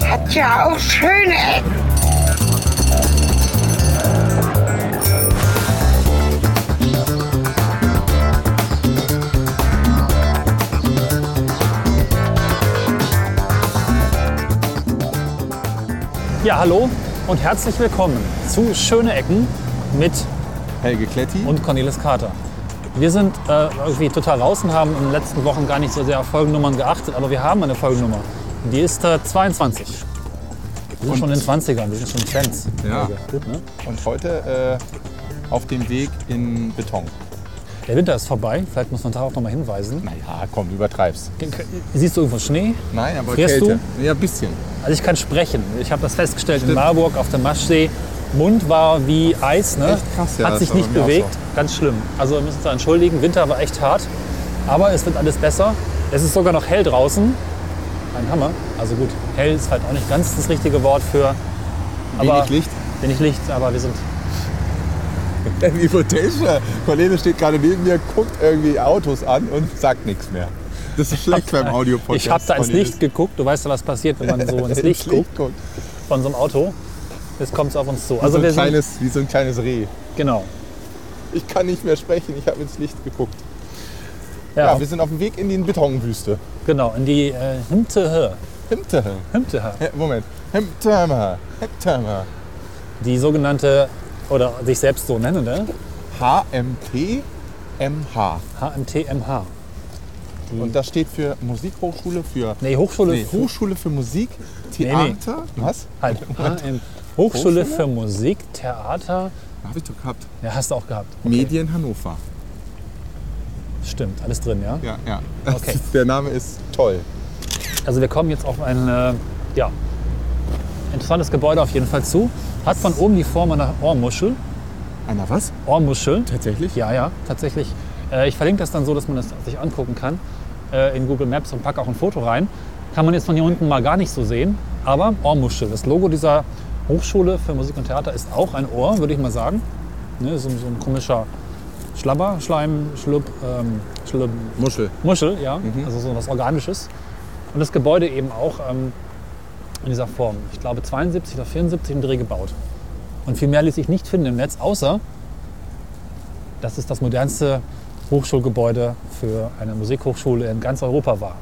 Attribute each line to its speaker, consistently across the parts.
Speaker 1: gibt ja auch schöne Ecken.
Speaker 2: Ja, hallo und herzlich willkommen zu Schöne Ecken mit
Speaker 3: Helge Kletti.
Speaker 2: und Cornelis Kater. Wir sind äh, irgendwie total raus und haben in den letzten Wochen gar nicht so sehr auf Folgennummern geachtet, aber wir haben eine Folgennummer. Die ist äh, 22. Wir sind
Speaker 3: Und-
Speaker 2: schon in den 20ern, wir sind schon Fans.
Speaker 3: Ja.
Speaker 2: Helge. Gut, ne?
Speaker 3: Und heute äh, auf dem Weg in Beton.
Speaker 2: Der Winter ist vorbei, vielleicht muss man darauf nochmal hinweisen.
Speaker 3: Naja, komm, du übertreibst.
Speaker 2: Ge- ge- Siehst du irgendwo Schnee?
Speaker 3: Nein, aber
Speaker 2: Frierst
Speaker 3: Kälte. Ja, ein bisschen.
Speaker 2: Also ich kann sprechen. Ich habe das festgestellt in Marburg auf dem Maschsee. Mund war wie Eis, ne?
Speaker 3: Echt krass, ja,
Speaker 2: hat
Speaker 3: das
Speaker 2: sich
Speaker 3: war
Speaker 2: nicht
Speaker 3: bei mir auch
Speaker 2: bewegt. Ganz schlimm. Also wir müssen uns da entschuldigen, Winter war echt hart. Aber es wird alles besser. Es ist sogar noch hell draußen. Ein Hammer. Also gut, hell ist halt auch nicht ganz das richtige Wort für
Speaker 3: Wenig
Speaker 2: Aber-
Speaker 3: Licht.
Speaker 2: wenig Licht, aber wir sind.
Speaker 3: Die Potential. Corlene steht gerade neben mir, guckt irgendwie Autos an und sagt nichts mehr. Das ist schlecht beim Audio-Podcast.
Speaker 2: ich habe da ins
Speaker 3: Cornelis.
Speaker 2: Licht geguckt. Du weißt ja, was passiert, wenn man so ins Licht guckt
Speaker 3: guckt.
Speaker 2: von so einem Auto. Jetzt kommt es auf uns zu.
Speaker 3: Also
Speaker 2: Also
Speaker 3: wie, so
Speaker 2: wir
Speaker 3: ein
Speaker 2: sind,
Speaker 3: kleines, wie so ein kleines Reh.
Speaker 2: genau.
Speaker 3: Ich kann nicht mehr sprechen, ich habe ins Licht geguckt.
Speaker 2: Ja,
Speaker 3: Ja, wir sind auf dem Weg in die Betonwüste.
Speaker 2: genau. In die äh, Himtehe.
Speaker 3: Hemtehe.
Speaker 2: Himtehe.
Speaker 3: Hä, Moment. Hemtehe. Hemtehe.
Speaker 2: die sogenannte oder sich selbst so ne? nennende
Speaker 3: HMT MH.
Speaker 2: HMTMH.
Speaker 3: Und das steht für Musikhochschule für
Speaker 2: Nee, Hochschule,
Speaker 3: nee, Hochschule für Musik,
Speaker 2: nee.
Speaker 3: Theater. Was?
Speaker 2: halt, HM, Hochschule für Musik, Theater.
Speaker 3: Habe ich doch gehabt.
Speaker 2: Ja, hast du auch gehabt.
Speaker 3: Medien Hannover.
Speaker 2: Stimmt, alles drin, ja.
Speaker 3: Ja, ja.
Speaker 2: Okay.
Speaker 3: Der Name ist toll.
Speaker 2: Also wir kommen jetzt auf ein äh, ja, interessantes Gebäude auf jeden Fall zu. Hat von oben die Form einer Ohrmuschel.
Speaker 3: Einer was?
Speaker 2: Ohrmuschel.
Speaker 3: Tatsächlich?
Speaker 2: Ja, ja, tatsächlich. Äh, ich verlinke das dann so, dass man das sich angucken kann äh, in Google Maps und packe auch ein Foto rein. Kann man jetzt von hier unten mal gar nicht so sehen, aber Ohrmuschel. Das Logo dieser Hochschule für Musik und Theater ist auch ein Ohr, würde ich mal sagen. Ne, so, so ein komischer Schlabber, Schleim, Schlupp, ähm, Schlupp,
Speaker 3: Muschel.
Speaker 2: Muschel, ja, also so was Organisches. Und das Gebäude eben auch ähm, in dieser Form. Ich glaube 72 oder 74 im Dreh gebaut. Und viel mehr ließ ich nicht finden im Netz, außer dass es das modernste Hochschulgebäude für eine Musikhochschule in ganz Europa war.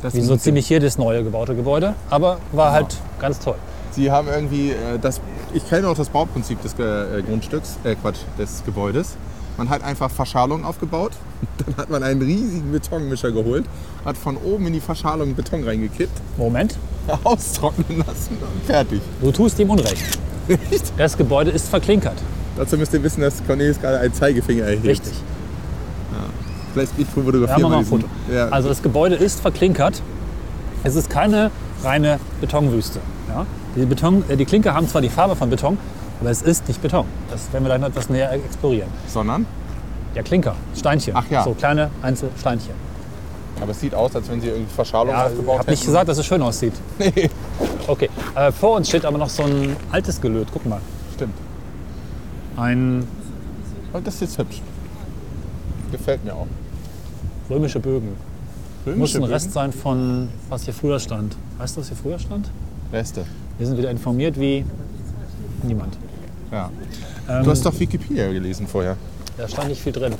Speaker 3: Das
Speaker 2: Wie so ziemlich jedes neue gebaute Gebäude, aber war halt ganz toll.
Speaker 3: Sie haben irgendwie äh, das. Ich kenne auch das Bauprinzip des Ge- äh, Grundstücks, äh Quatsch, des Gebäudes. Man hat einfach Verschalung aufgebaut, dann hat man einen riesigen Betonmischer geholt, hat von oben in die Verschalung Beton reingekippt,
Speaker 2: Moment,
Speaker 3: austrocknen lassen und fertig.
Speaker 2: du tust ihm Unrecht.
Speaker 3: Nicht?
Speaker 2: Das Gebäude ist verklinkert.
Speaker 3: Dazu müsst ihr wissen, dass Cornelis gerade einen Zeigefinger erhebt.
Speaker 2: Richtig.
Speaker 3: Vielleicht ich
Speaker 2: Ja,
Speaker 3: fotografiere
Speaker 2: mach mal ein
Speaker 3: diesen-
Speaker 2: Foto.
Speaker 3: Ja.
Speaker 2: Also das Gebäude ist verklinkert. Es ist keine reine Betonwüste. Ja? Die, Beton, äh, die Klinker haben zwar die Farbe von Beton, aber es ist nicht Beton. Das werden wir dann etwas näher explorieren.
Speaker 3: Sondern?
Speaker 2: Ja, Klinker, Steinchen.
Speaker 3: Ach ja.
Speaker 2: So kleine Einzelsteinchen.
Speaker 3: Aber es sieht aus, als wenn sie irgendwie Verschalung
Speaker 2: Ja, ich
Speaker 3: aufgebaut
Speaker 2: habe nicht
Speaker 3: hätten.
Speaker 2: gesagt, dass es schön aussieht.
Speaker 3: Nee.
Speaker 2: Okay, äh, vor uns steht aber noch so ein altes Gelöt. Guck mal.
Speaker 3: Stimmt.
Speaker 2: Ein
Speaker 3: Und das ist jetzt hübsch. Gefällt mir auch.
Speaker 2: römische Bögen. Muss
Speaker 3: Römische
Speaker 2: ein
Speaker 3: Bögen?
Speaker 2: Rest sein von, was hier früher stand. Weißt du, was hier früher stand?
Speaker 3: Reste.
Speaker 2: Wir sind wieder informiert wie niemand.
Speaker 3: Ja.
Speaker 2: Ähm,
Speaker 3: Du hast doch Wikipedia gelesen vorher.
Speaker 2: Da stand nicht viel drin.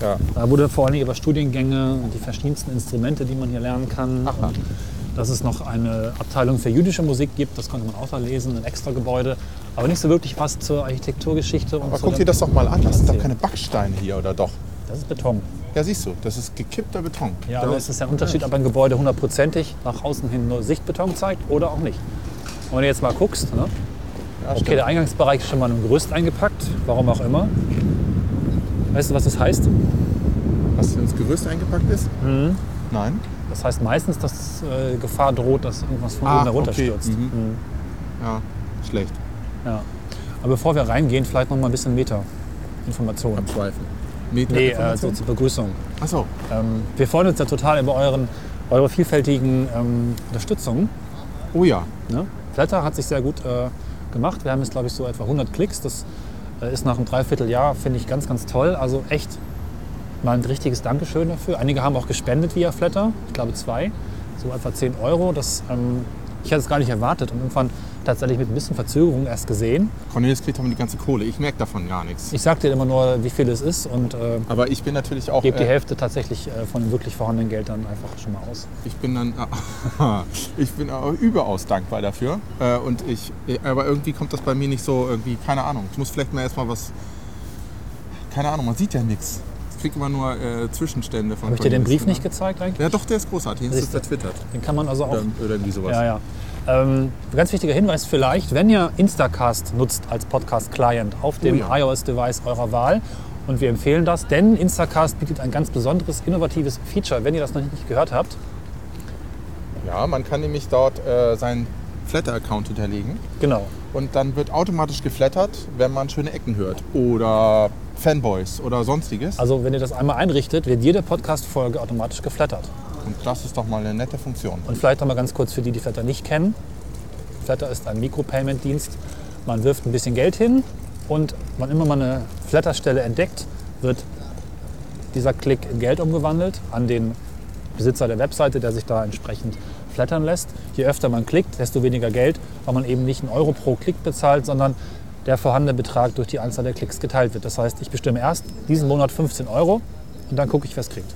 Speaker 3: Ja.
Speaker 2: Da wurde vor allem über Studiengänge und die verschiedensten Instrumente, die man hier lernen kann.
Speaker 3: Aha.
Speaker 2: Und Dass es noch eine Abteilung für jüdische Musik gibt, das konnte man auch da lesen, ein extra Gebäude. Aber nicht so wirklich was zur Architekturgeschichte. Und
Speaker 3: Aber
Speaker 2: zu
Speaker 3: guck
Speaker 2: der-
Speaker 3: dir das doch mal an. Das sind doch
Speaker 2: Erzähl.
Speaker 3: keine Backsteine hier, oder doch?
Speaker 2: Das ist Beton.
Speaker 3: Ja, siehst du, das ist gekippter Beton.
Speaker 2: Ja,
Speaker 3: Da-
Speaker 2: aber es ist der Unterschied, ob ein Gebäude hundertprozentig nach außen hin nur Sichtbeton zeigt oder auch nicht. Und wenn du jetzt mal guckst, ne?
Speaker 3: Ja, stimmt.
Speaker 2: okay, der Eingangsbereich ist schon mal in ein Gerüst eingepackt, warum auch immer. Weißt du, was das heißt?
Speaker 3: Was ins Gerüst eingepackt ist?
Speaker 2: Mhm.
Speaker 3: Nein.
Speaker 2: Das heißt meistens, dass äh, Gefahr droht, dass irgendwas von
Speaker 3: Ah,
Speaker 2: oben
Speaker 3: okay,
Speaker 2: herunterstürzt.
Speaker 3: mhm. Ja, schlecht.
Speaker 2: Ja. Aber bevor wir reingehen, vielleicht noch mal ein bisschen Meta-Information.
Speaker 3: Am Schweifen.
Speaker 2: Nee, äh, so zur Begrüßung.
Speaker 3: Achso,
Speaker 2: Ähm, wir freuen uns ja total über euren, eure vielfältigen ähm, Unterstützungen.
Speaker 3: oh ja.
Speaker 2: Ne? Flatter hat sich sehr gut äh, gemacht. Wir haben jetzt, glaube ich, so etwa 100 Klicks. Das äh, ist nach einem Dreivierteljahr, finde ich, ganz, ganz toll. Also echt mal ein richtiges Dankeschön dafür. Einige haben auch gespendet via Flatter. Ich glaube, zwei. So etwa 10 Euro. Das ähm, Ich hatte es gar nicht erwartet und irgendwann tatsächlich mit ein bisschen Verzögerung erst gesehen.
Speaker 3: Cornelis kriegt aber die ganze Kohle. Ich merke davon gar nichts.
Speaker 2: Ich sagte immer nur, wie viel es ist und äh,
Speaker 3: Aber ich bin natürlich auch.
Speaker 2: gebe die
Speaker 3: äh,
Speaker 2: Hälfte tatsächlich äh, von dem wirklich vorhandenen Geld dann einfach schon mal aus.
Speaker 3: Ich bin dann, ich bin aber überaus dankbar dafür. Äh, Und ich, aber irgendwie kommt das bei mir nicht so, irgendwie, keine Ahnung. Ich muss vielleicht mal erstmal was, keine Ahnung, man sieht ja nichts. Ich kriege immer nur äh, Zwischenstände von.
Speaker 2: Habe ich dir den
Speaker 3: Cornelis,
Speaker 2: Brief nicht
Speaker 3: ne?
Speaker 2: gezeigt eigentlich?
Speaker 3: Ja, doch, der ist großartig. Jetzt ist
Speaker 2: Siehste.
Speaker 3: vertwittert.
Speaker 2: Den kann man also auch.
Speaker 3: Oder, oder irgendwie sowas.
Speaker 2: Ja, ja. Ähm, ganz wichtiger Hinweis vielleicht, wenn ihr Instacast nutzt als Podcast-Client auf dem
Speaker 3: Oh ja.
Speaker 2: iOS-Device eurer Wahl, und wir empfehlen das, denn Instacast bietet ein ganz besonderes, innovatives Feature. Wenn ihr das noch nicht gehört habt,
Speaker 3: Ja, man kann nämlich dort äh, seinen Flatter-Account hinterlegen.
Speaker 2: genau,
Speaker 3: Und dann wird automatisch geflattert, wenn man schöne Ecken hört. Oder Fanboys oder sonstiges.
Speaker 2: Also wenn ihr das einmal einrichtet, wird jede Podcast-Folge automatisch geflattert.
Speaker 3: Und das ist doch mal eine nette Funktion.
Speaker 2: Und vielleicht nochmal ganz kurz für die, die Flatter nicht kennen. Flatter ist ein Micropayment-Dienst. Man wirft ein bisschen Geld hin und wann immer man eine Flatter-Stelle entdeckt, wird dieser Klick in Geld umgewandelt an den Besitzer der Webseite, der sich da entsprechend flattern lässt. Je öfter man klickt, desto weniger Geld, weil man eben nicht einen Euro pro Klick bezahlt, sondern der vorhandene Betrag durch die Anzahl der Klicks geteilt wird. Das heißt, ich bestimme erst diesen Monat 15 Euro und dann gucke ich, wer es kriegt.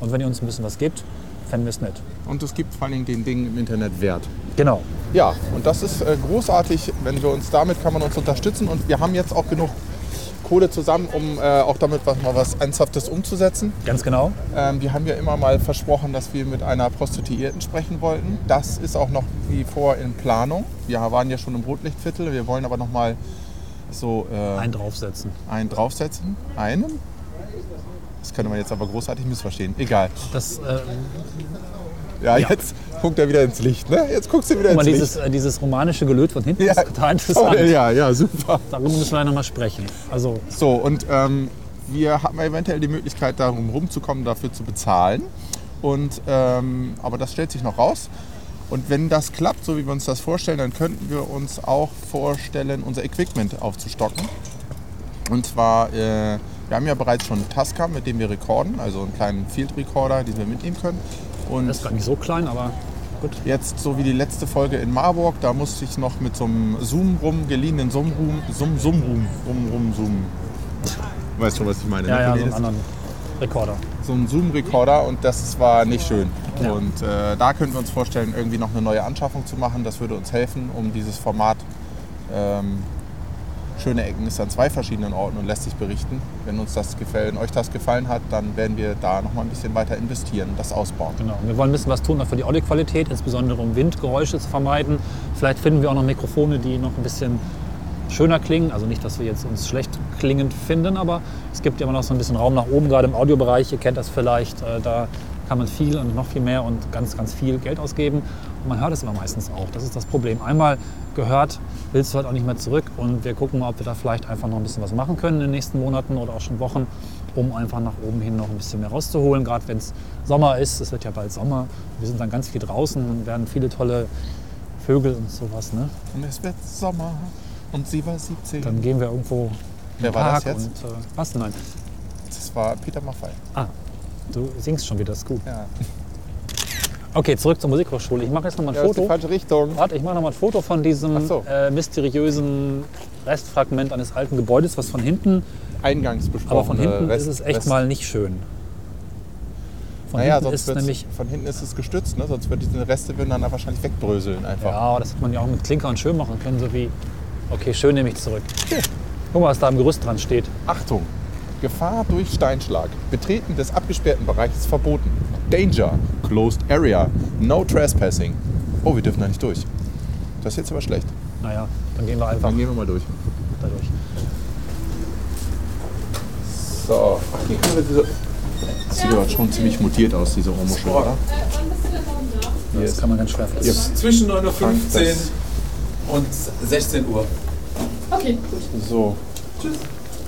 Speaker 2: Und wenn ihr uns ein bisschen was gebt, fänden wir es nett.
Speaker 3: Und es gibt vor allen Dingen den Dingen im Internet Wert.
Speaker 2: Genau.
Speaker 3: Ja, und das ist äh, großartig, wenn wir uns damit kann man uns unterstützen und wir haben jetzt auch genug Kohle zusammen, um äh, auch damit was, mal was Ernsthaftes umzusetzen.
Speaker 2: Ganz genau.
Speaker 3: Ähm, wir haben ja immer mal versprochen, dass wir mit einer Prostituierten sprechen wollten. Das ist auch noch wie vor in Planung. Wir waren ja schon im Rotlichtviertel, wir wollen aber noch mal so äh,
Speaker 2: Ein draufsetzen.
Speaker 3: einen draufsetzen. Einen? Das könnte man jetzt aber großartig missverstehen. Egal.
Speaker 2: Das, äh,
Speaker 3: Ja,
Speaker 2: Ja.
Speaker 3: jetzt guckt er wieder ins Licht, ne? Jetzt guckst du wieder
Speaker 2: guck mal,
Speaker 3: ins
Speaker 2: dieses, äh, dieses romanische Gelöt von hinten
Speaker 3: Licht.
Speaker 2: ist total
Speaker 3: Oh,
Speaker 2: interessant.
Speaker 3: ja, ja, super.
Speaker 2: Darüber müssen wir ja nochmal sprechen. Also,
Speaker 3: So, und ähm, wir haben eventuell die Möglichkeit, darum rumzukommen, dafür zu bezahlen. Und, ähm, aber das stellt sich noch raus. Und wenn das klappt, so wie wir uns das vorstellen, dann könnten wir uns auch vorstellen, unser Equipment aufzustocken. Und zwar, äh, wir haben ja bereits schon einen Tascam, mit dem wir rekorden, also einen kleinen Field Recorder, den wir mitnehmen können. Und
Speaker 2: das ist gar nicht so klein, aber gut.
Speaker 3: Jetzt so wie die letzte Folge in Marburg, da musste ich noch mit so einem Zoom rum geliehenen Zoom rum, Zoom, Zoom rum, rum, rum, Zoom. Weißt schon, was ich meine?
Speaker 2: Ja,
Speaker 3: ne?
Speaker 2: ja, so
Speaker 3: Cornelis?
Speaker 2: einen anderen Rekorder.
Speaker 3: so ein Zoom-Rekorder und das war nicht schön.
Speaker 2: Ja.
Speaker 3: Und äh, da könnten wir uns vorstellen, irgendwie noch eine neue Anschaffung zu machen. Das würde uns helfen, um dieses Format ähm, Schöne Ecken ist an zwei verschiedenen Orten und lässt sich berichten. Wenn uns das gefällt, wenn euch das gefallen hat, dann werden wir da noch mal ein bisschen weiter investieren und das ausbauen.
Speaker 2: Genau. Wir wollen ein bisschen was tun auch für die Audioqualität, insbesondere um Windgeräusche zu vermeiden. Vielleicht finden wir auch noch Mikrofone, die noch ein bisschen schöner klingen. Also nicht, dass wir jetzt uns schlecht klingend finden, aber es gibt immer noch so ein bisschen Raum nach oben, gerade im Audiobereich. Ihr kennt das vielleicht, äh, da kann man viel und noch viel mehr und ganz, ganz viel Geld ausgeben. Und man hört es aber meistens auch. Das ist das Problem. Einmal gehört, willst du halt auch nicht mehr zurück. Und wir gucken mal, ob wir da vielleicht einfach noch ein bisschen was machen können in den nächsten Monaten oder auch schon Wochen, um einfach nach oben hin noch ein bisschen mehr rauszuholen. Gerade wenn es Sommer ist, es wird ja bald Sommer. Wir sind dann ganz viel draußen und werden viele tolle Vögel und sowas. Ne?
Speaker 3: Und es wird Sommer und sie war 17.
Speaker 2: Dann gehen wir irgendwo in
Speaker 3: Wer
Speaker 2: den
Speaker 3: war das
Speaker 2: Park
Speaker 3: jetzt?
Speaker 2: und äh, was? Nein.
Speaker 3: Das war Peter Maffay.
Speaker 2: Ah, du singst schon wieder, ist gut.
Speaker 3: Ja.
Speaker 2: Okay, zurück zur Musikhochschule. Ich mache jetzt nochmal ein
Speaker 3: Ja, das ist die
Speaker 2: Foto.
Speaker 3: falsche Richtung.
Speaker 2: Warte, ich mache nochmal ein Foto von diesem
Speaker 3: Ach so.
Speaker 2: äh, mysteriösen Restfragment eines alten Gebäudes, was von hinten,
Speaker 3: Eingangs besprochen.
Speaker 2: aber von hinten
Speaker 3: äh, Rest,
Speaker 2: ist es echt
Speaker 3: Rest.
Speaker 2: mal nicht schön. Von
Speaker 3: Naja,
Speaker 2: hinten
Speaker 3: sonst
Speaker 2: ist
Speaker 3: wird's-
Speaker 2: nämlich,
Speaker 3: von hinten ist es gestützt, ne? sonst wird diese Reste würden dann wahrscheinlich wegbröseln einfach.
Speaker 2: ja, das hätte man ja auch mit Klinker und schön machen können, so wie, okay, schön nehme ich zurück. Guck mal, was da am Gerüst dran steht.
Speaker 3: Achtung! Gefahr durch Steinschlag. Betreten des abgesperrten Bereiches verboten. Danger. Closed Area. No Trespassing. Oh, wir dürfen da nicht durch. Das ist jetzt aber schlecht.
Speaker 2: Naja, dann gehen wir einfach
Speaker 3: Dann gehen wir mal durch.
Speaker 2: da durch.
Speaker 3: So. Ach, hier können wir diese. Das sieht aber schon ziemlich mutiert aus, diese Rohmuschel, oder?
Speaker 2: Das kann man ganz schwer fassen.
Speaker 4: Zwischen 9.15 Uhr
Speaker 3: Das-
Speaker 4: und 16 Uhr.
Speaker 5: Okay, gut.
Speaker 3: So.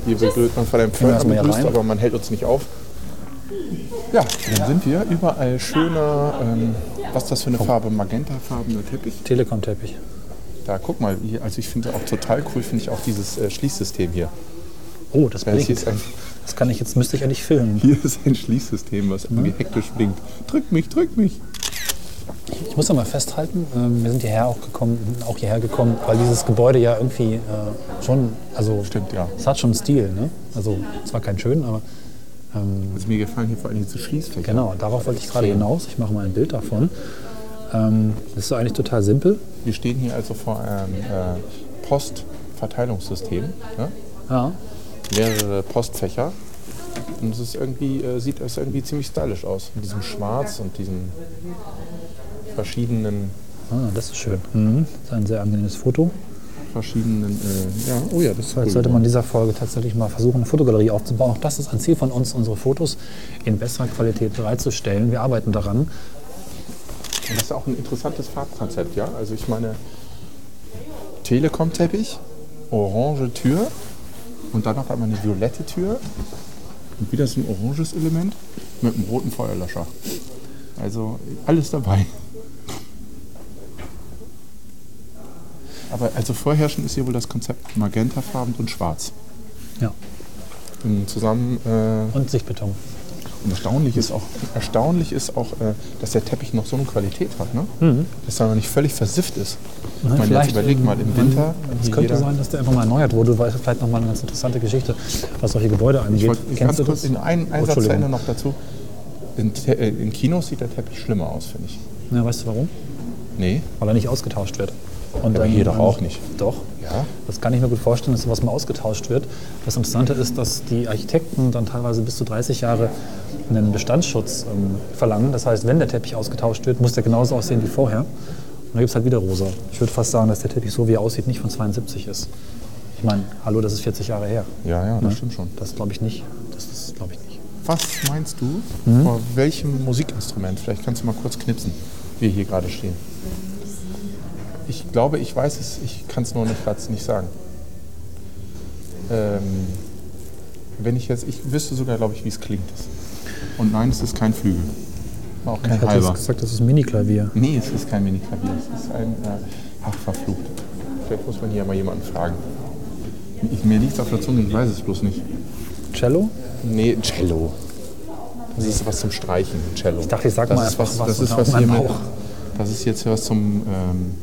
Speaker 3: Hier begrüßt man von einem
Speaker 2: wir
Speaker 3: Pförtner
Speaker 2: erstmal hier
Speaker 3: begrüßt,
Speaker 2: rein?
Speaker 3: aber man hält uns nicht auf. Ja, dann sind wir. Überall schöner, ähm, was ist das für
Speaker 2: Oh.
Speaker 3: eine Farbe? Magentafarbener Teppich.
Speaker 2: Telekom-Teppich.
Speaker 3: Da, guck mal, hier, also ich finde auch total cool, finde ich auch dieses äh, Schließsystem hier.
Speaker 2: Oh, das
Speaker 3: Ja, hier,
Speaker 2: blinkt.
Speaker 3: ist ein,
Speaker 2: Das kann ich jetzt, müsste ich eigentlich filmen.
Speaker 3: hier ist ein Schließsystem, was irgendwie hektisch blinkt. Drück mich, drück mich.
Speaker 2: Ich muss noch mal festhalten, ähm, wir sind hierher auch gekommen, auch hierher gekommen, weil dieses Gebäude ja irgendwie äh, schon, also
Speaker 3: Stimmt, ja.
Speaker 2: es hat schon Stil, ne? Also zwar kein schön, aber
Speaker 3: Was mir gefallen hier vor allem diese Schließfächer.
Speaker 2: genau, darauf wollte ich gerade hinaus. Ich mache mal ein Bild davon. Ähm, das ist eigentlich total simpel.
Speaker 3: Wir stehen hier also vor einem äh, Postverteilungssystem. Ne?
Speaker 2: Ja.
Speaker 3: Mehrere Postfächer. Und es ist irgendwie, äh, sieht es irgendwie ziemlich stylisch aus. Mit diesem Schwarz und diesen verschiedenen,
Speaker 2: Ah, das ist schön. Mhm. Das ist ein sehr angenehmes Foto.
Speaker 3: verschiedenen, äh, ja, oh ja, das ist
Speaker 2: Jetzt sollte man in dieser Folge tatsächlich mal versuchen, eine Fotogalerie aufzubauen. Auch das ist ein Ziel von uns, unsere Fotos in besserer Qualität bereitzustellen. Wir arbeiten daran.
Speaker 3: Und das ist auch ein interessantes Farbkonzept, ja. Also ich meine, Telekom-Teppich, orange Tür und dann auf einmal eine violette Tür und wieder so ein oranges Element mit einem roten Feuerlöscher. Also alles dabei. Aber also vorherrschen ist hier wohl das Konzept magentafarben und schwarz.
Speaker 2: Ja.
Speaker 3: Und zusammen äh,
Speaker 2: Und Sichtbeton.
Speaker 3: und erstaunlich ist auch, erstaunlich ist auch äh, dass der Teppich noch so eine Qualität hat, ne? dass er noch nicht völlig versifft ist.
Speaker 2: Nein,
Speaker 3: Ich meine, jetzt
Speaker 2: vielleicht,
Speaker 3: überleg mal, im
Speaker 2: man-
Speaker 3: Winter.
Speaker 2: Es
Speaker 3: hier
Speaker 2: könnte
Speaker 3: jeder-
Speaker 2: sein, dass der einfach mal erneuert wurde, weil es vielleicht nochmal eine ganz interessante Geschichte, was solche Gebäude
Speaker 3: Ich
Speaker 2: angeht.
Speaker 3: wollte ganz kurz in einen
Speaker 2: Oh,
Speaker 3: Einsatz zu Ende
Speaker 2: Entschuldigung.
Speaker 3: noch dazu. In, Te- äh, in Kinos sieht der Teppich schlimmer aus, finde ich.
Speaker 2: Ja, weißt du warum?
Speaker 3: Nee.
Speaker 2: Weil er nicht ausgetauscht wird. Und
Speaker 3: aber hier doch auch nicht.
Speaker 2: Doch.
Speaker 3: Ja.
Speaker 2: Das kann ich mir gut vorstellen, dass sowas mal ausgetauscht wird. Das Interessante ist, dass die Architekten dann teilweise bis zu 30 Jahre einen Bestandsschutz ähm, verlangen. Das heißt, wenn der Teppich ausgetauscht wird, muss der genauso aussehen wie vorher. Und da gibt es halt wieder rosa. Ich würde fast sagen, dass der Teppich so, wie er aussieht, nicht von 72 ist. Ich meine, hallo, das ist 40 Jahre her. Ne?
Speaker 3: Ja, ja, das stimmt schon.
Speaker 2: Das glaube ich nicht. Das ist, glaube ich, nicht.
Speaker 3: Was meinst du, vor welchem Musikinstrument? Vielleicht kannst du mal kurz knipsen, wie wir hier gerade stehen. Ich glaube, ich weiß es, ich kann es nur nicht, grad nicht sagen. Ähm, wenn ich jetzt, ich wüsste sogar, glaube ich, wie es klingt. Und nein, es ist kein Flügel. Auch kein
Speaker 2: Ich hatte jetzt
Speaker 3: halber.
Speaker 2: gesagt, das ist ein Mini-Klavier.
Speaker 3: Nee, es ist kein Mini-Klavier, es ist ein, äh, ach, verflucht. Vielleicht muss man hier mal jemanden fragen. Ich, mir liegt es auf der Zunge, ich weiß es bloß nicht.
Speaker 2: Cello?
Speaker 3: Nee, Cello. Das ist was zum Streichen, Cello. Ich
Speaker 2: dachte, ich sag
Speaker 3: das
Speaker 2: mal
Speaker 3: ist was,
Speaker 2: einfach was
Speaker 3: das ist
Speaker 2: unter
Speaker 3: was hier
Speaker 2: meinem
Speaker 3: mit,
Speaker 2: Bauch.
Speaker 3: Das ist jetzt was zum, ähm,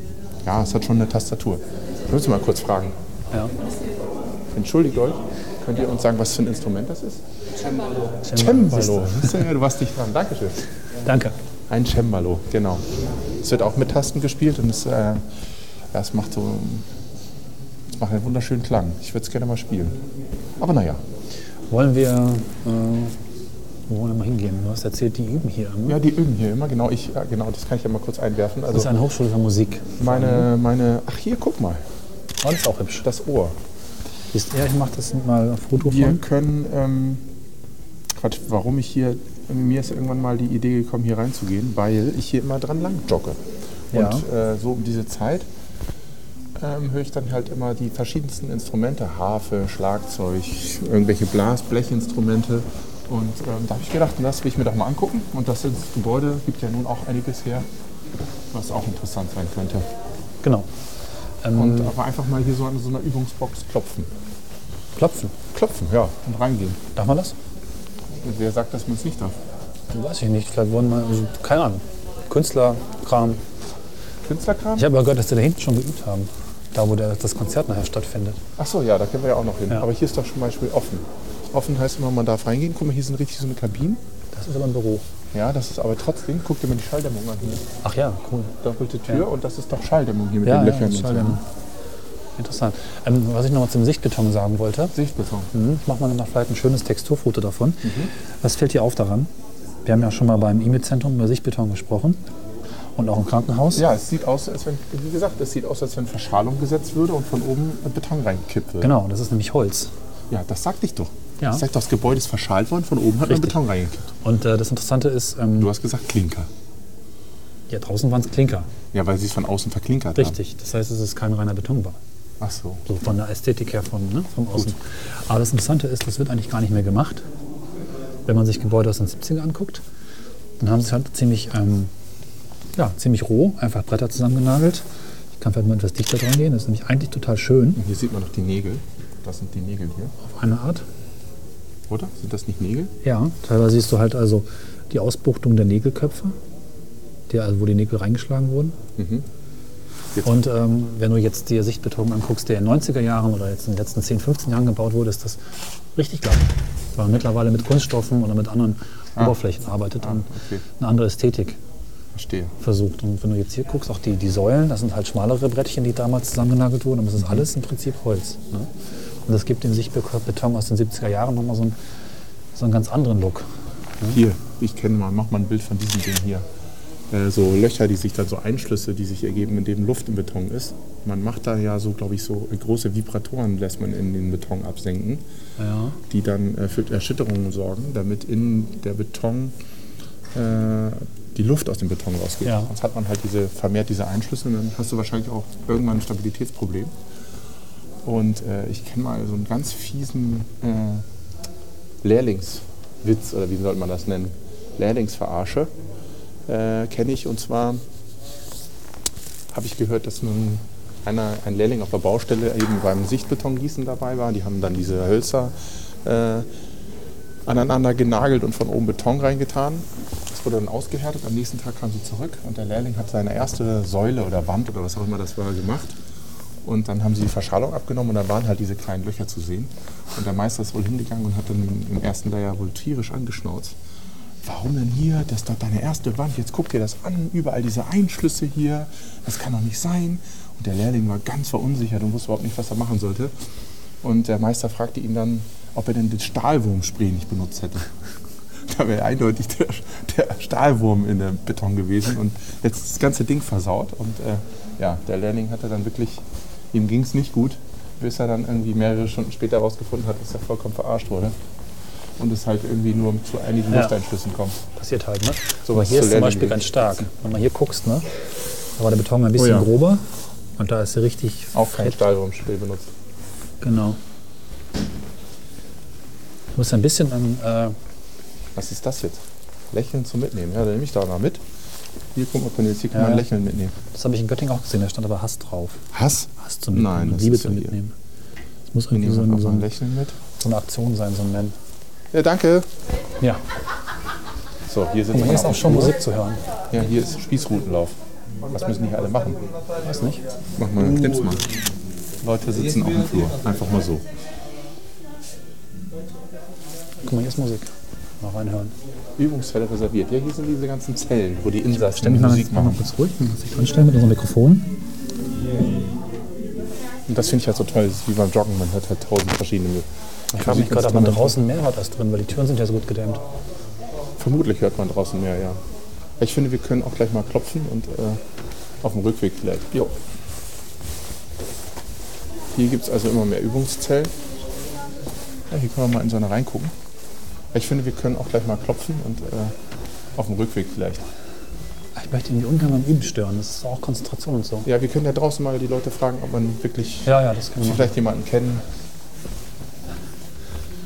Speaker 3: ja, es hat schon eine Tastatur. Ich muss mal kurz fragen.
Speaker 2: Ja.
Speaker 3: Entschuldigt euch, könnt ihr uns sagen, was für ein Instrument das ist?
Speaker 2: Siehst
Speaker 3: Cembalo. Ja, du warst nicht dran, Dankeschön.
Speaker 2: du. Danke.
Speaker 3: Ein Cembalo, genau. Es wird auch mit Tasten gespielt und es, äh, ja, es macht so es macht einen wunderschönen Klang. Ich würde es gerne mal spielen. Aber naja,
Speaker 2: Wollen wir, äh, wo wollen wir mal hingehen? Du hast erzählt, die üben hier. Ne?
Speaker 3: ja, die üben hier immer. Genau, ich, ja, genau das kann ich ja mal kurz einwerfen.
Speaker 2: Das ist
Speaker 3: Also
Speaker 2: eine Hochschule für Musik.
Speaker 3: meine, meine, ach hier, guck mal,
Speaker 2: Oh, das ist auch hübsch.
Speaker 3: das Ohr.
Speaker 2: Siehst du, ich mache das mal auf Foto
Speaker 3: Wir
Speaker 2: von.
Speaker 3: können, ähm, Quatsch, warum ich hier, mir ist irgendwann mal die Idee gekommen, hier reinzugehen, weil ich hier immer dran lang jogge.
Speaker 2: Ja.
Speaker 3: Und äh, so um diese Zeit ähm, höre ich dann halt immer die verschiedensten Instrumente, Harfe, Schlagzeug, irgendwelche Blasblechinstrumente. Und ähm, da habe ich gedacht, das will ich mir doch mal angucken. Und das, ist- das Gebäude gibt ja nun auch einiges her, was auch interessant sein könnte.
Speaker 2: Genau. Ähm,
Speaker 3: Und aber einfach mal hier so an so einer Übungsbox klopfen.
Speaker 2: klopfen.
Speaker 3: Klopfen, ja. Und reingehen.
Speaker 2: Darf man das?
Speaker 3: Wer sagt, dass man es nicht darf?
Speaker 2: Weiß ich nicht. Vielleicht wollen wir, also, keine Ahnung. Künstlerkram.
Speaker 3: Künstlerkram?
Speaker 2: Ich habe ja gehört, dass die da hinten schon geübt haben. Da, wo der, das Konzert nachher stattfindet.
Speaker 3: Ach so, ja, da können wir ja auch noch hin.
Speaker 2: Ja.
Speaker 3: Aber hier ist doch zum Beispiel offen. Offen heißt immer, man darf reingehen. Guck mal, hier sind richtig so eine Kabinen.
Speaker 2: Das ist aber ein Büro.
Speaker 3: Ja, das ist aber trotzdem, guck dir mal die Schalldämmung an hier.
Speaker 2: Ach ja, cool.
Speaker 3: Doppelte Tür und das ist doch Schalldämmung hier mit
Speaker 2: Ja,
Speaker 3: den
Speaker 2: ja,
Speaker 3: Löchern.
Speaker 2: das ist
Speaker 3: und
Speaker 2: halt
Speaker 3: so.
Speaker 2: ein- Interessant. Ähm, was ich noch mal zum Sichtbeton sagen wollte,
Speaker 3: Sichtbeton.
Speaker 2: Mhm. Ich mache mal noch vielleicht ein schönes Texturfoto davon. Was fällt dir auf daran? Wir haben ja schon mal beim E-Mail-Zentrum über Sichtbeton gesprochen und auch im Krankenhaus.
Speaker 3: Ja, es sieht aus, als wenn, wie gesagt, es sieht aus, als wenn Verschalung gesetzt würde und von oben Beton reingekippt wird.
Speaker 2: Genau, das ist nämlich Holz.
Speaker 3: Ja, das sagte ich doch.
Speaker 2: Ja.
Speaker 3: Ich sagte, doch, das Gebäude ist verschalt worden, von oben hat man
Speaker 2: Richtig.
Speaker 3: Beton reingekippt.
Speaker 2: Und äh, das Interessante ist, ähm,
Speaker 3: Du hast gesagt Klinker.
Speaker 2: ja, draußen waren es Klinker.
Speaker 3: Ja, weil sie es von außen verklinkert
Speaker 2: Richtig. Das heißt, es ist kein reiner Betonbau.
Speaker 3: haben. Ach so.
Speaker 2: So von der Ästhetik her, von, ne, vom Außen. Aber das Interessante ist, das wird eigentlich gar nicht mehr gemacht. Wenn man sich Gebäude aus den 70ern anguckt, dann haben sie halt ziemlich, ähm, ja, ziemlich roh einfach Bretter zusammengenagelt. Ich kann vielleicht mal etwas dichter dran gehen. Das ist nämlich eigentlich total schön.
Speaker 3: Und hier sieht man noch die Nägel. Das sind die Nägel hier.
Speaker 2: Auf eine Art.
Speaker 3: Oder? Sind das nicht Nägel?
Speaker 2: Ja, teilweise siehst du halt also die Ausbuchtung der Nägelköpfe. die, also wo die Nägel reingeschlagen wurden.
Speaker 3: Mhm. Jetzt-
Speaker 2: Und ähm, wenn du jetzt dir Sichtbeton anguckst, der in den 90er Jahren oder jetzt in den letzten 10, 15 Jahren gebaut wurde, ist das richtig glatt. Weil man mittlerweile mit Kunststoffen oder mit anderen Oberflächen arbeitet und
Speaker 3: Ah. okay.
Speaker 2: eine andere Ästhetik
Speaker 3: Verstehe.
Speaker 2: versucht. Und wenn du jetzt hier guckst, auch die, die Säulen, das sind halt schmalere Brettchen, die damals zusammengenagelt wurden, aber es ist
Speaker 3: Mhm.
Speaker 2: alles im Prinzip Holz. Ne? Und das gibt dem Sichtbeton aus den 70er Jahren nochmal so einen, so einen ganz anderen Look.
Speaker 3: Hier, ich kenne mal, mach mal ein Bild von diesem Ding hier. Äh, so Löcher, die sich dann so Einschlüsse, die sich ergeben, in denen Luft im Beton ist. Man macht da ja so, glaube ich, so große Vibratoren lässt man in den Beton absenken,
Speaker 2: Ja.
Speaker 3: die dann äh, für Erschütterungen sorgen, damit in der Beton äh, die Luft aus dem Beton rausgeht.
Speaker 2: Ja.
Speaker 3: Sonst hat man halt diese, vermehrt diese Einschlüsse und dann hast du wahrscheinlich auch irgendwann ein Stabilitätsproblem. Und äh, ich kenne mal so einen ganz fiesen äh, Lehrlingswitz, oder wie sollte man das nennen? Lehrlingsverarsche äh, kenne ich. Und zwar habe ich gehört, dass ein, einer, ein Lehrling auf der Baustelle eben beim Sichtbetongießen dabei war. Die haben dann diese Hölzer äh, aneinander genagelt und von oben Beton reingetan. Das wurde dann ausgehärtet. Am nächsten Tag kamen sie zurück und der Lehrling hat seine erste Säule oder Wand oder was auch immer das war gemacht. Und dann haben sie die Verschalung abgenommen und da waren halt diese kleinen Löcher zu sehen. Und der Meister ist wohl hingegangen und hat dann im ersten Layer wohl tierisch angeschnauzt. Warum denn hier? Das ist doch deine erste Wand. Jetzt guck dir das an. Überall diese Einschlüsse hier. Das kann doch nicht sein. Und der Lehrling war ganz verunsichert und wusste überhaupt nicht, was er machen sollte. Und der Meister fragte ihn dann, ob er denn den Stahlwurmspray nicht benutzt hätte. Da wäre eindeutig der, der Stahlwurm in dem Beton gewesen und jetzt das ganze Ding versaut. Und äh, ja, der Lehrling hatte dann wirklich, ihm ging es nicht gut, bis er dann irgendwie mehrere Stunden später herausgefunden hat, dass er vollkommen verarscht wurde. Und es halt irgendwie nur zu einigen
Speaker 2: Ja.
Speaker 3: Lufteinschlüssen kommt.
Speaker 2: Passiert halt, ne?
Speaker 3: So
Speaker 2: Aber
Speaker 3: was
Speaker 2: hier
Speaker 3: zu
Speaker 2: ist zum
Speaker 3: lernen
Speaker 2: Beispiel
Speaker 3: gilt.
Speaker 2: ganz stark. Wenn man hier guckst, ne? Da war der Beton ein bisschen
Speaker 3: ja.
Speaker 2: grober und da ist er richtig
Speaker 3: Auch kein
Speaker 2: fett.
Speaker 3: Stahlwurmspray benutzt.
Speaker 2: Genau. Ich muss ein bisschen an. äh,
Speaker 3: Was ist das jetzt? Lächeln zum Mitnehmen. Ja, dann nehme ich da mal mit. Hier, guck mal, Cornelis, hier kann
Speaker 2: Ja,
Speaker 3: man
Speaker 2: ja.
Speaker 3: Lächeln mitnehmen.
Speaker 2: Äh, das habe ich in Göttingen auch gesehen, da stand aber Hass drauf.
Speaker 3: Hass?
Speaker 2: Hass zum Mitnehmen,
Speaker 3: Nein, das
Speaker 2: Liebe
Speaker 3: ist
Speaker 2: zum
Speaker 3: ja hier.
Speaker 2: Mitnehmen. Das muss
Speaker 3: Wir
Speaker 2: irgendwie
Speaker 3: nehmen
Speaker 2: so, ein,
Speaker 3: einfach mal
Speaker 2: so,
Speaker 3: ein
Speaker 2: ein,
Speaker 3: Lächeln mit.
Speaker 2: so eine Aktion sein, so ein Nennen.
Speaker 3: Ja, danke.
Speaker 2: Ja,
Speaker 3: So, hier sind
Speaker 2: hier
Speaker 3: wir
Speaker 2: ist auch schon Musik zu hören.
Speaker 3: Ja, hier ist Spießrutenlauf. Was müssen die alle machen?
Speaker 2: Weiß nicht.
Speaker 3: Mach mal, knips mal. Leute sitzen auf dem Flur. Einfach mal so.
Speaker 2: Guck mal, hier ist Musik. Mal reinhören.
Speaker 3: Übungsfälle reserviert. Ja, hier sind diese ganzen Zellen, wo die
Speaker 2: Stell
Speaker 3: Insassen
Speaker 2: mich mal,
Speaker 3: Musik
Speaker 2: jetzt mal
Speaker 3: machen.
Speaker 2: kurz ruhig, man muss sich anstellen mit unserem Mikrofon.
Speaker 3: Und das finde ich halt so toll. Das ist wie beim Joggen. Man hört halt tausend verschiedene
Speaker 2: Ich frage mich gerade, ob man draußen mehr hört als drin, weil die Türen sind ja so gut gedämmt.
Speaker 3: Vermutlich hört man draußen mehr, ja. Ich finde, wir können auch gleich mal klopfen und äh, auf dem Rückweg vielleicht. Jo. Hier gibt es also immer mehr Übungszellen. Ja, hier können wir mal in so eine reingucken. Ich finde, wir können auch gleich mal klopfen und äh, auf dem Rückweg vielleicht.
Speaker 2: Ich möchte ihn die ungern beim Üben stören. Das ist auch Konzentration und so.
Speaker 3: Ja, wir können ja draußen mal die Leute fragen, ob man wirklich
Speaker 2: Ja, ja, das kann man.
Speaker 3: vielleicht jemanden kennen.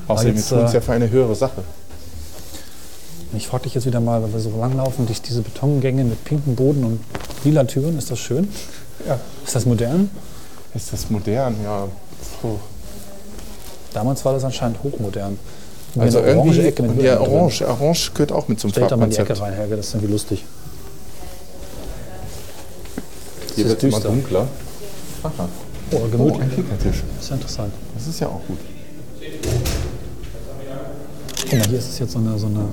Speaker 3: Außerdem, wir
Speaker 2: jetzt,
Speaker 3: tun es
Speaker 2: äh,
Speaker 3: ja für eine höhere Sache.
Speaker 2: Ich frage dich jetzt wieder mal, weil wir so langlaufen, durch diese Betongänge mit pinkem Boden und lila Türen. Ist das schön?
Speaker 3: Ja.
Speaker 2: Ist das modern?
Speaker 3: Ist das modern? Ja. Puh.
Speaker 2: Damals war das anscheinend hochmodern. Und
Speaker 3: Also
Speaker 2: eine
Speaker 3: irgendwie,
Speaker 2: orange Ecke mit
Speaker 3: ja,
Speaker 2: Möhren drin.
Speaker 3: orange, orange gehört auch mit zum
Speaker 2: Stell da mal die Ecke
Speaker 3: Farbkonzept.
Speaker 2: rein, Helge, das ist irgendwie lustig.
Speaker 3: Hier
Speaker 2: Es
Speaker 3: wird
Speaker 2: ist
Speaker 3: immer
Speaker 2: düster.
Speaker 3: dunkler. Aha.
Speaker 2: Oh,
Speaker 3: Oh,
Speaker 2: gemütlich.
Speaker 3: ein Kickertisch.
Speaker 2: Das ist ja interessant.
Speaker 3: Das ist ja auch gut.
Speaker 2: Guck mal, hier ist es jetzt so eine, so eine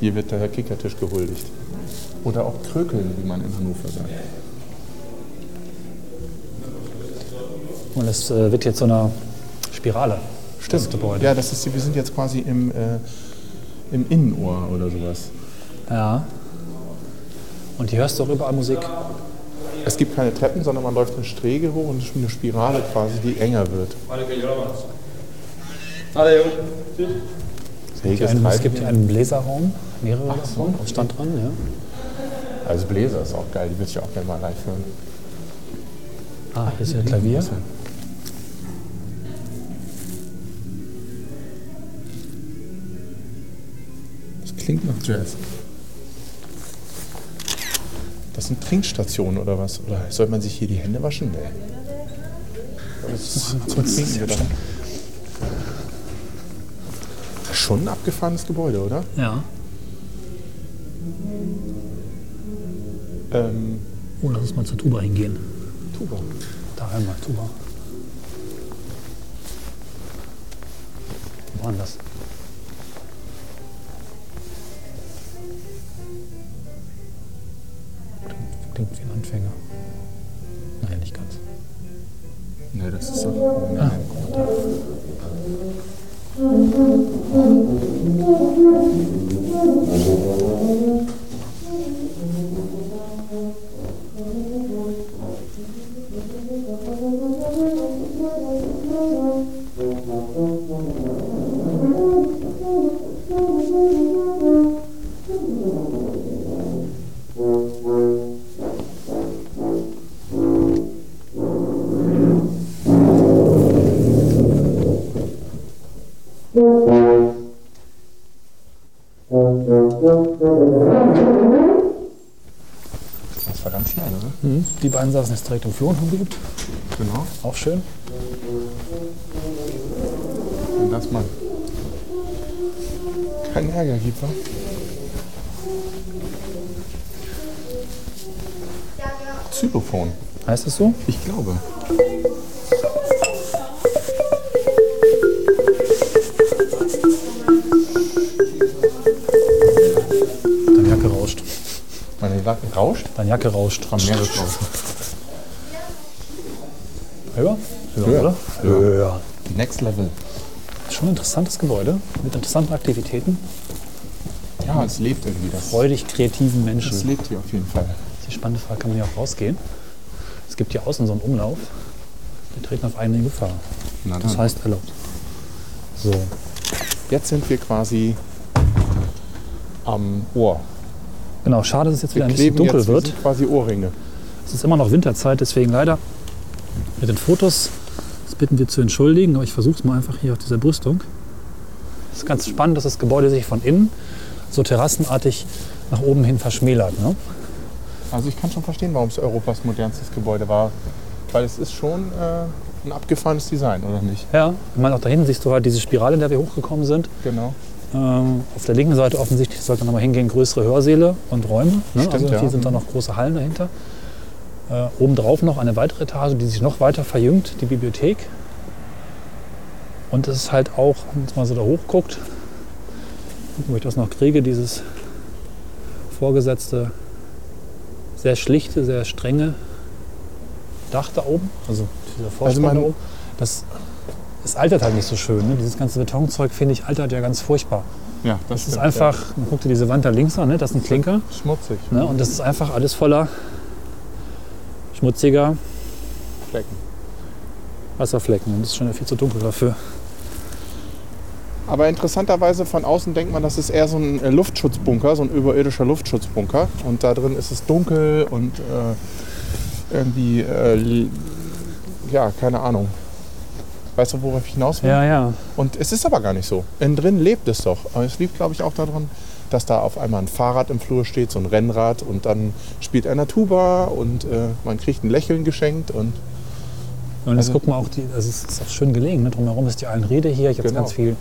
Speaker 3: Hier wird der Kickertisch gehuldigt. Oder auch Krökeln, wie man in Hannover sagt.
Speaker 2: und es äh, wird jetzt so eine Spirale. Das Gebäude.
Speaker 3: Ja, das ist, die- wir sind jetzt quasi im, äh, im Innenohr oder sowas.
Speaker 2: ja. Und hier hörst du auch überall Musik.
Speaker 3: Es gibt keine Treppen, sondern man läuft eine Strege hoch und eine Spirale quasi, die enger wird.
Speaker 2: Hier
Speaker 3: Reges
Speaker 2: einen, es
Speaker 3: Treiben.
Speaker 2: gibt hier einen Bläserraum, mehrere davon, auf Stand dran. Ja.
Speaker 3: Also Bläser ist auch geil, die würde ich auch gerne mal live hören.
Speaker 2: Ah, hier ist ja Klavier.
Speaker 3: Das klingt nach Jazz. Das sind Trinkstationen oder was? Oder soll man sich hier die Hände waschen? Nee. Das zum Trinken wieder. Schon ein abgefahrenes Gebäude, oder?
Speaker 2: Ja.
Speaker 3: Ähm,
Speaker 2: Oh, lass uns mal zur Tuba hingehen.
Speaker 3: Tuba.
Speaker 2: Da einmal Tuba. Wo war denn das? Klingt, klingt wie ein Anfänger. Nein, nicht ganz.
Speaker 3: Ne, das ist doch.
Speaker 2: Ah.
Speaker 3: Das war ganz schnell, ne?
Speaker 2: Die beiden saßen jetzt direkt im Flur und haben geübt.
Speaker 3: Genau.
Speaker 2: Auch schön.
Speaker 3: Wenn das mal keinen Ärger gibt, wa? Xylophon.
Speaker 2: Heißt das so?
Speaker 3: Ich glaube.
Speaker 2: Deine Jacke rauscht.
Speaker 3: Meine Lacken rauscht.
Speaker 2: Deine Jacke rauscht. Haben
Speaker 3: Mehr ist raus.
Speaker 2: Höher? Höher,
Speaker 3: Höher.
Speaker 2: oder? Höher.
Speaker 3: Next Level.
Speaker 2: Schon ein interessantes Gebäude mit interessanten Aktivitäten.
Speaker 3: Ja, es lebt irgendwie. Das,
Speaker 2: Freudig kreativen Menschen.
Speaker 3: das
Speaker 2: Das
Speaker 3: lebt hier auf jeden Fall.
Speaker 2: ist die spannende Frage, kann man hier auch rausgehen? Es gibt hier außen so einen Umlauf. Wir treten auf einen in Gefahr.
Speaker 3: Na
Speaker 2: Das
Speaker 3: dann.
Speaker 2: heißt erlaubt. So,
Speaker 3: Jetzt sind wir quasi am Ohr.
Speaker 2: genau. Schade, dass es jetzt wieder ein bisschen
Speaker 3: kleben
Speaker 2: dunkel
Speaker 3: jetzt, wir
Speaker 2: wird.
Speaker 3: sind quasi Ohrringe.
Speaker 2: Es ist immer noch Winterzeit, deswegen leider mit den Fotos. Das bitten wir zu entschuldigen, aber ich versuche es mal einfach hier auf dieser Brüstung. Es ist ganz spannend, dass das Gebäude sich von innen so terrassenartig nach oben hin verschmälert. Ne?
Speaker 3: Also ich kann schon verstehen, warum es Europas modernstes Gebäude war. Weil es ist schon äh, ein abgefahrenes Design, oder nicht?
Speaker 2: Ja, ich meine, auch da hinten siehst du halt diese Spirale, in der wir hochgekommen sind.
Speaker 3: Genau.
Speaker 2: Ähm, auf der linken Seite offensichtlich sollte nochmal hingehen größere Hörsäle und Räume. Ne?
Speaker 3: Stimmt,
Speaker 2: also hier
Speaker 3: ja.
Speaker 2: sind dann noch große Hallen dahinter. Äh, obendrauf noch eine weitere Etage, die sich noch weiter verjüngt, die Bibliothek. Und es ist halt auch, wenn man jetzt mal so da hochguckt, gucken, wo ich das noch kriege, dieses vorgesetzte, sehr schlichte, sehr strenge Dach da oben, also dieser Vorspann
Speaker 3: man-
Speaker 2: da oben. Das, es altert halt nicht so schön. Ne? Dieses ganze Betonzeug, finde ich, altert ja ganz furchtbar.
Speaker 3: Ja, das,
Speaker 2: Es ist
Speaker 3: stimmt,
Speaker 2: einfach, man guckt dir diese Wand da links an, ne? das ist ein Klinker.
Speaker 3: Ja. Schmutzig.
Speaker 2: Ne? Und das ist einfach alles voller schmutziger
Speaker 3: Flecken.
Speaker 2: Wasserflecken. Und das ist schon viel zu dunkel dafür.
Speaker 3: Aber interessanterweise von außen denkt man, das ist eher so ein äh, Luftschutzbunker, so ein überirdischer Luftschutzbunker. Und da drin ist es dunkel und äh, irgendwie, äh, l- ja, keine Ahnung. Weißt du, worauf ich hinaus will?
Speaker 2: Ja, ja.
Speaker 3: Und es ist aber gar nicht so. Innen drin lebt es doch. Aber es liegt, glaube ich, auch daran, dass da auf einmal ein Fahrrad im Flur steht, so ein Rennrad. Und dann spielt einer Tuba und äh, man kriegt ein Lächeln geschenkt. Und
Speaker 2: Und jetzt
Speaker 3: Also-
Speaker 2: gucken wir auch, die, also es ist auch schön gelegen. Ne? Drumherum ist die Allenrede hier. Ich habe
Speaker 3: Genau.
Speaker 2: ganz viel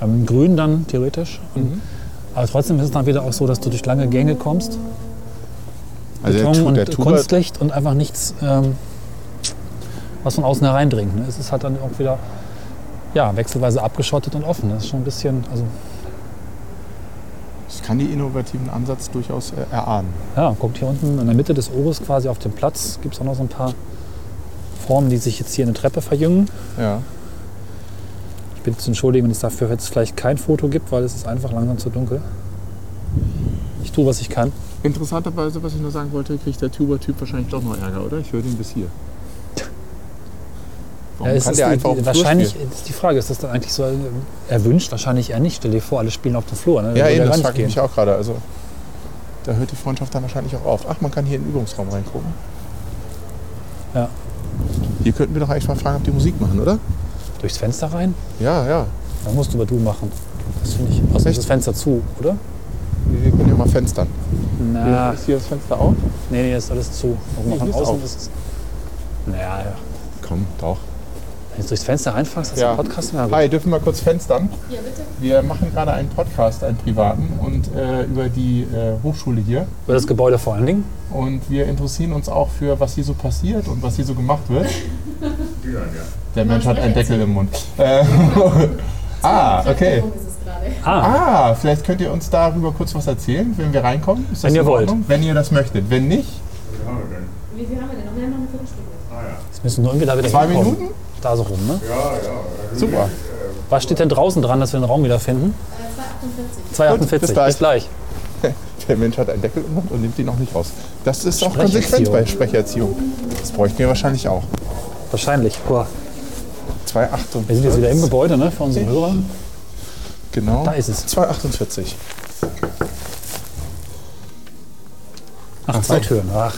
Speaker 2: ähm, Grün dann theoretisch. Und, Aber trotzdem ist es dann wieder auch so, dass du durch lange Gänge kommst.
Speaker 3: Also
Speaker 2: Beton und Kunstlicht und einfach nichts, ähm, was von außen hereindringt. Ne? Es ist halt dann auch wieder ja, wechselweise abgeschottet und offen. Das ist schon ein bisschen, also
Speaker 3: Ich kann den innovativen Ansatz durchaus äh, erahnen.
Speaker 2: Ja, guckt hier unten in der Mitte des Obers quasi auf dem Platz. Gibt es auch noch so ein paar Formen, die sich jetzt hier in eine Treppe verjüngen.
Speaker 3: Ja.
Speaker 2: Ich bitte zu entschuldigen, wenn es dafür jetzt vielleicht kein Foto gibt, weil es ist einfach langsam zu dunkel. Ich tue, was ich kann.
Speaker 3: Interessanterweise, was ich nur sagen wollte, kriegt der Tuba-Typ wahrscheinlich doch noch Ärger, oder? Ich höre den bis hier. Warum
Speaker 2: Ja, es
Speaker 3: kann
Speaker 2: ist
Speaker 3: der
Speaker 2: die-
Speaker 3: einfach auf dem Flur
Speaker 2: wahrscheinlich
Speaker 3: spielen?
Speaker 2: ist die Frage, ist das dann eigentlich so äh, erwünscht? Wahrscheinlich eher nicht. Stell dir vor, alle spielen auf dem Flur. Ne? Dann
Speaker 3: Ja,
Speaker 2: würde
Speaker 3: eben,
Speaker 2: gar
Speaker 3: das
Speaker 2: nicht
Speaker 3: frage ich
Speaker 2: gehen.
Speaker 3: mich auch gerade. Also, da hört die Freundschaft dann wahrscheinlich auch auf. Ach, man kann hier in den Übungsraum reingucken.
Speaker 2: Ja.
Speaker 3: Hier könnten wir doch eigentlich mal fragen, ob die Musik machen, oder?
Speaker 2: Durchs Fenster rein?
Speaker 3: Ja, ja.
Speaker 2: Dann musst du aber du machen. Das finde ich. Außer ist
Speaker 3: Echt?
Speaker 2: das Fenster zu, oder?
Speaker 3: Wir können ja mal fenstern.
Speaker 2: Na,
Speaker 3: Ist hier das Fenster auf?
Speaker 2: nee, nee, ist alles zu. Auch
Speaker 3: Nee,
Speaker 2: von
Speaker 3: hier ist
Speaker 2: außen
Speaker 3: auf.
Speaker 2: ist es. Naja, ja.
Speaker 3: Komm, doch.
Speaker 2: Wenn du jetzt durchs Fenster reinfragst, hast du einen Podcast mehr.
Speaker 3: Hi, dürfen wir kurz fenstern?
Speaker 5: Ja, bitte.
Speaker 3: Wir machen gerade einen Podcast, einen privaten, und äh, über die äh, Hochschule hier.
Speaker 2: Über das Gebäude vor allen Dingen.
Speaker 3: Und wir interessieren uns auch für, was hier so passiert und was hier so gemacht wird. Der Mensch hat einen Deckel im Mund. Äh, ah, okay.
Speaker 5: Wo ist es gerade?
Speaker 2: Ah,
Speaker 3: Ah, vielleicht könnt ihr uns darüber kurz was erzählen, wenn wir reinkommen. Ist das
Speaker 2: Wenn ihr
Speaker 3: in
Speaker 2: wollt.
Speaker 3: Ordnung? Wenn ihr das möchtet. Wenn nicht,
Speaker 5: Wie viel haben wir denn? noch? Wir haben noch eine Viertelstunde.
Speaker 2: jetzt müssen wir irgendwie da wieder
Speaker 3: zwei
Speaker 2: hinkommen.
Speaker 3: Minuten?
Speaker 2: Da so rum, ne?
Speaker 3: Super.
Speaker 2: Was steht denn draußen dran, dass wir den Raum wieder finden?
Speaker 5: Äh, 2,48.
Speaker 2: 248.
Speaker 3: bis gleich.
Speaker 2: Bis gleich.
Speaker 3: Der Mensch hat einen Deckel im Mund und nimmt ihn auch nicht raus. Das ist auch
Speaker 2: Sprecherziehung.
Speaker 3: konsequent bei Sprecherziehung. Das bräuchten wir wahrscheinlich auch.
Speaker 2: Wahrscheinlich. Boah,
Speaker 3: 2,48.
Speaker 2: wir sind jetzt wieder im Gebäude, ne? Für unsere Hörer.
Speaker 3: Genau.
Speaker 2: Da ist es.
Speaker 3: 2,48.
Speaker 2: Ach, zwei Türen. Ach,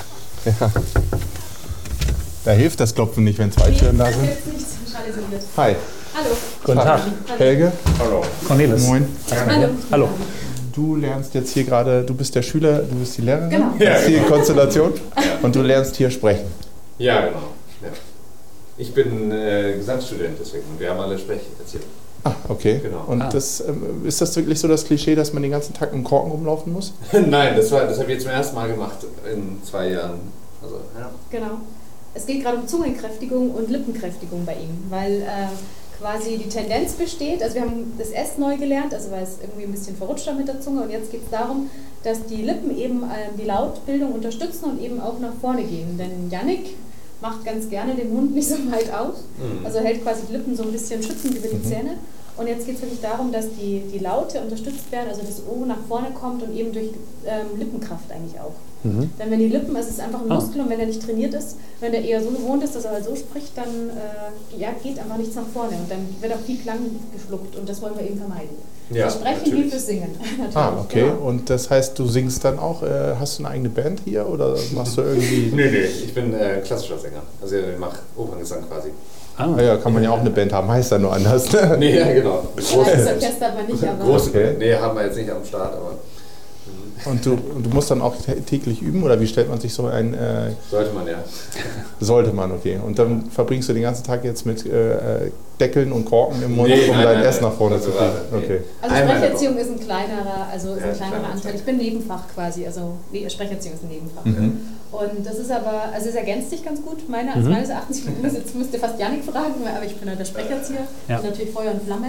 Speaker 3: Da hilft das Klopfen nicht, wenn zwei Türen da sind.
Speaker 5: Jetzt nicht. Schade isoliert.
Speaker 3: Hi.
Speaker 5: Hallo.
Speaker 2: guten Tag.
Speaker 3: Helge.
Speaker 2: Cornelis.
Speaker 3: Moin.
Speaker 5: Hallo.
Speaker 2: Hallo.
Speaker 3: Du lernst jetzt hier gerade, du bist der Schüler, du bist die Lehrerin.
Speaker 5: Genau.
Speaker 3: Das ist die Konstellation. Und du lernst hier sprechen.
Speaker 6: Ja, genau. Ja. Ich bin äh, Gesangsstudent, deswegen. Und wir haben alle Sprech erzählt.
Speaker 3: Ah, okay.
Speaker 6: Genau.
Speaker 3: Und
Speaker 2: Ah.
Speaker 3: das, ähm, ist das wirklich so das Klischee, dass man den ganzen Tag mit dem Korken rumlaufen muss?
Speaker 6: Nein, das, war, das habe ich jetzt zum ersten Mal gemacht in zwei Jahren. Also, ja.
Speaker 5: Genau. Es geht gerade um Zungenkräftigung und Lippenkräftigung bei ihm, weil äh, quasi die Tendenz besteht, also wir haben das S neu gelernt, also weil es irgendwie ein bisschen verrutscht war mit der Zunge und jetzt geht es darum, dass die Lippen eben ähm, die Lautbildung unterstützen und eben auch nach vorne gehen, denn Yannick macht ganz gerne den Mund nicht so weit auf,
Speaker 6: hm.
Speaker 5: also hält quasi die Lippen so ein bisschen schützend über die Zähne und jetzt geht es wirklich darum, dass die, die Laute unterstützt werden, also das O nach vorne kommt und eben durch ähm, Lippenkraft eigentlich auch.
Speaker 2: Mhm.
Speaker 5: Denn wenn die Lippen, es ist einfach ein
Speaker 2: Ah.
Speaker 5: Muskel und wenn er nicht trainiert ist, wenn der eher so gewohnt ist, dass er halt so spricht, dann äh, ja, geht einfach nichts nach vorne und dann wird auch viel Klang geschluckt und das wollen wir eben vermeiden.
Speaker 6: Ja,
Speaker 5: das Sprechen
Speaker 6: natürlich.
Speaker 5: gibt es Singen. natürlich,
Speaker 3: Ah, okay.
Speaker 5: Genau.
Speaker 3: Und das heißt, du singst dann auch, äh, hast du eine eigene Band hier oder machst du irgendwie.
Speaker 6: Nee, nee, ich bin äh, klassischer Sänger. Also ich mache Operngesang quasi.
Speaker 3: Ah ja, kann man ja auch eine Band haben, heißt dann nur anders. ne?
Speaker 6: Nee, ja, genau.
Speaker 5: Kleines
Speaker 6: Große,
Speaker 5: Orchester aber nicht, aber
Speaker 6: große
Speaker 3: Okay.
Speaker 6: Nee, haben wir jetzt nicht am Start, aber
Speaker 3: Und du, und du musst dann auch tä- täglich üben oder wie stellt man sich so ein. Äh,
Speaker 6: sollte man ja.
Speaker 3: sollte man, okay. Und dann verbringst du den ganzen Tag jetzt mit äh, äh, Deckeln und Korken im Mund,
Speaker 6: Nee,
Speaker 3: um
Speaker 6: nein,
Speaker 3: dein
Speaker 6: nein,
Speaker 3: Essen nach vorne
Speaker 6: nein,
Speaker 3: zu kriegen.
Speaker 6: nein, nein,
Speaker 3: Okay.
Speaker 5: also
Speaker 6: Einmal in der
Speaker 5: Sprecherziehung ist ein kleinerer, also ist
Speaker 6: Ja,
Speaker 5: ein kleinerer
Speaker 6: kleiner
Speaker 5: Anteil. Ich bin Nebenfach quasi, also nee, Sprecherziehung ist ein Nebenfach.
Speaker 3: Mhm.
Speaker 5: Und das ist aber, also es ergänzt sich ganz gut, meiner, also
Speaker 2: Mhm.
Speaker 5: meines Erachtens, ich muss jetzt müsste fast Janik fragen, weil- aber ich bin halt der Sprecherzieher,
Speaker 2: Ja.
Speaker 5: bin natürlich Feuer und Flamme.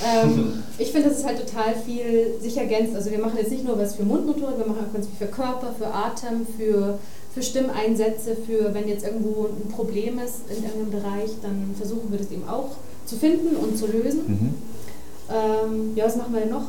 Speaker 5: Ähm, ich finde, das ist halt total viel sich ergänzt. Also wir machen jetzt nicht nur was für Mundmotorik, wir machen auch ganz viel für Körper, für Atem, für, für Stimmeinsätze, für wenn jetzt irgendwo ein Problem ist in irgendeinem Bereich, dann versuchen wir das eben auch zu finden und zu lösen.
Speaker 2: Mhm.
Speaker 5: Ähm, ja, was machen wir denn noch?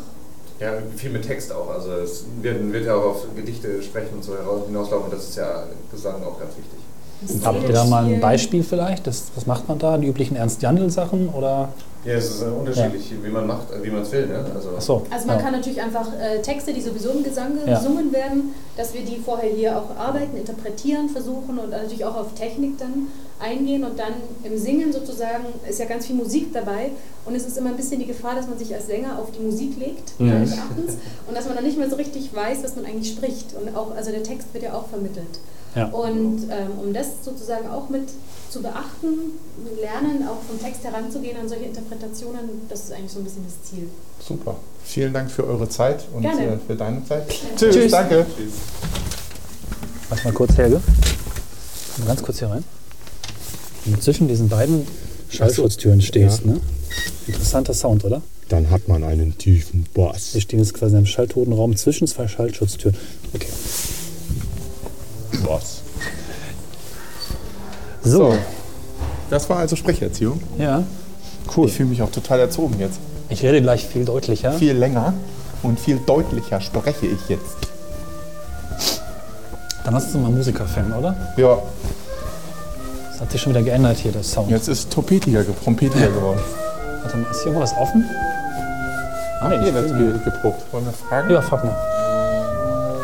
Speaker 6: Ja, viel mit Text auch. Also es wird, wird ja auch auf Gedichte sprechen und so heraus- hinauslaufen. Das ist ja Gesang auch ganz wichtig.
Speaker 2: Habt ihr da mal ein
Speaker 5: Seelenspiel.
Speaker 2: Beispiel vielleicht? Das, was macht man da? Die üblichen Ernst-Jandl-Sachen oder?
Speaker 6: Ja, es ist äh, unterschiedlich, wie man macht, äh, wie man es will. Ne? Also,
Speaker 2: Ach so.
Speaker 5: Also man
Speaker 2: ja.
Speaker 5: kann natürlich einfach äh, Texte, die sowieso im Gesang
Speaker 2: Ja.
Speaker 5: gesungen werden, dass wir die vorher hier auch arbeiten, interpretieren, versuchen und natürlich auch auf Technik dann eingehen und dann im Singen sozusagen ist ja ganz viel Musik dabei und es ist immer ein bisschen die Gefahr, dass man sich als Sänger auf die Musik legt meines Erachtens, und dass man dann nicht mehr so richtig weiß, was man eigentlich spricht und auch also der Text wird ja auch vermittelt.
Speaker 2: Ja.
Speaker 5: Und ähm, um das sozusagen auch mit zu beachten, lernen, auch vom Text heranzugehen an solche Interpretationen, das ist eigentlich so ein bisschen das Ziel.
Speaker 3: Super. Vielen Dank für eure Zeit und
Speaker 5: Gerne.
Speaker 3: äh, für deine Zeit. Tschüss, danke.
Speaker 2: Warte mal kurz, Helge. Komm ganz kurz hier rein. Und zwischen diesen beiden Schallschutztüren stehst, ne? Interessanter Sound, oder?
Speaker 7: Dann hat man einen tiefen Bass.
Speaker 2: Wir stehen jetzt quasi in einem schalltoten Raum zwischen zwei Schallschutztüren. Okay.
Speaker 3: Boss.
Speaker 2: So,
Speaker 3: Das war also Sprecherziehung.
Speaker 2: ja.
Speaker 3: Ich fühle mich auch total erzogen jetzt.
Speaker 2: Ich rede gleich viel deutlicher.
Speaker 3: Viel länger und viel deutlicher spreche ich jetzt.
Speaker 2: Dann hast du mal Musiker-Fan, oder?
Speaker 3: Ja,
Speaker 2: Das hat sich schon wieder geändert hier, der Sound.
Speaker 3: jetzt ist Topetiger, ge- Trompetiger geworden.
Speaker 2: Warte mal, ist hier irgendwo was offen? Ah, nee,
Speaker 3: Hier
Speaker 2: ich
Speaker 3: wird
Speaker 2: fühl-
Speaker 3: ge- geprobt. Wollen wir fragen?
Speaker 2: ja, frag mal.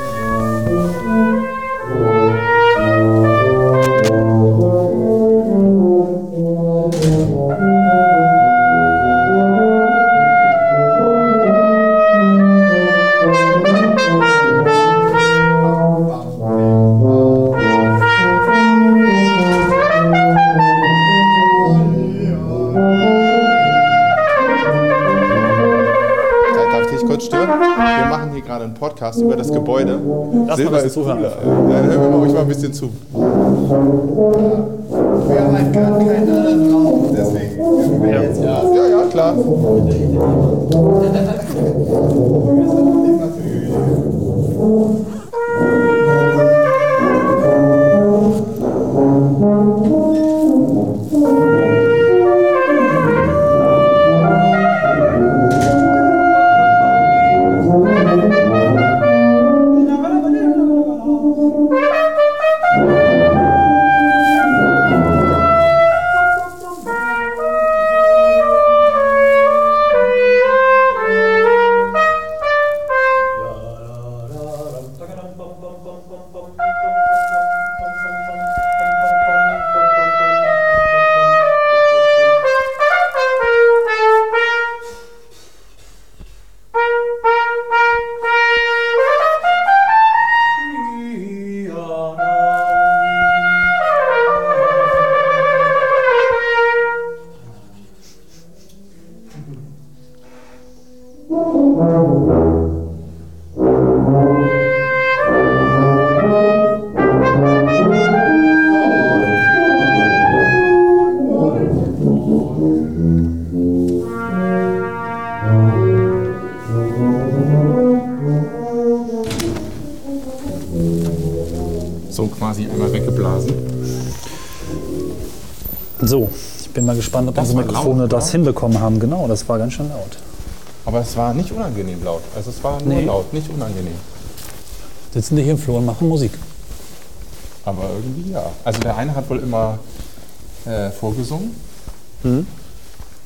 Speaker 3: Wow. machen hier gerade einen Podcast über das Gebäude.
Speaker 2: Lass mal ein bisschen zuhören.
Speaker 3: cooler. Dann hören wir ruhig mal ein bisschen zu.
Speaker 8: Wir haben halt gar keinen anderen Raum, deswegen können wir jetzt ja.
Speaker 3: Ja, ja, klar. So quasi einmal weggeblasen.
Speaker 2: So, ich bin mal gespannt, ob
Speaker 3: Das
Speaker 2: unsere
Speaker 3: war laut,
Speaker 2: Mikrofone das
Speaker 3: oder?
Speaker 2: hinbekommen haben. Genau, das war ganz schön laut.
Speaker 3: Aber es war nicht unangenehm laut. Also es war nur
Speaker 2: Nee.
Speaker 3: laut, nicht unangenehm.
Speaker 2: Sitzen die hier im Flur und machen Musik.
Speaker 3: Aber irgendwie ja. Also der eine hat wohl immer äh, vorgesungen.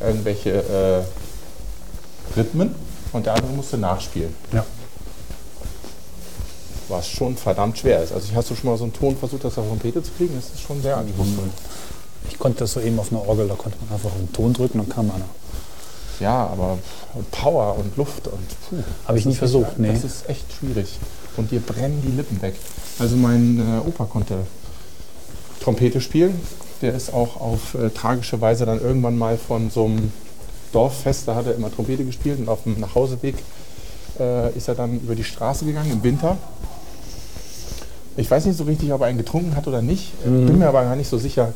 Speaker 3: Irgendwelche äh, Rhythmen. Und der andere musste nachspielen.
Speaker 2: Ja.
Speaker 3: Was schon verdammt schwer ist. Also ich hast du schon mal so einen Ton versucht, das auf eine Trompete zu kriegen? Das ist schon sehr anspruchsvoll.
Speaker 2: Ich konnte das so eben auf einer Orgel, da konnte man einfach einen Ton drücken und kam einer.
Speaker 3: Ja, aber und Power und Luft und puh.
Speaker 2: Habe ich nie versucht, nee.
Speaker 3: Das ist echt schwierig. Und dir brennen die Lippen weg. Also mein äh, Opa konnte Trompete spielen. Der ist auch auf äh, tragische Weise dann irgendwann mal von so einem Dorffest, da hat er immer Trompete gespielt und auf dem Nachhauseweg äh, ist er dann über die Straße gegangen im Winter. Ich weiß nicht so richtig, ob er einen getrunken hat oder nicht. Bin
Speaker 2: Mhm.
Speaker 3: mir aber gar nicht so sicher.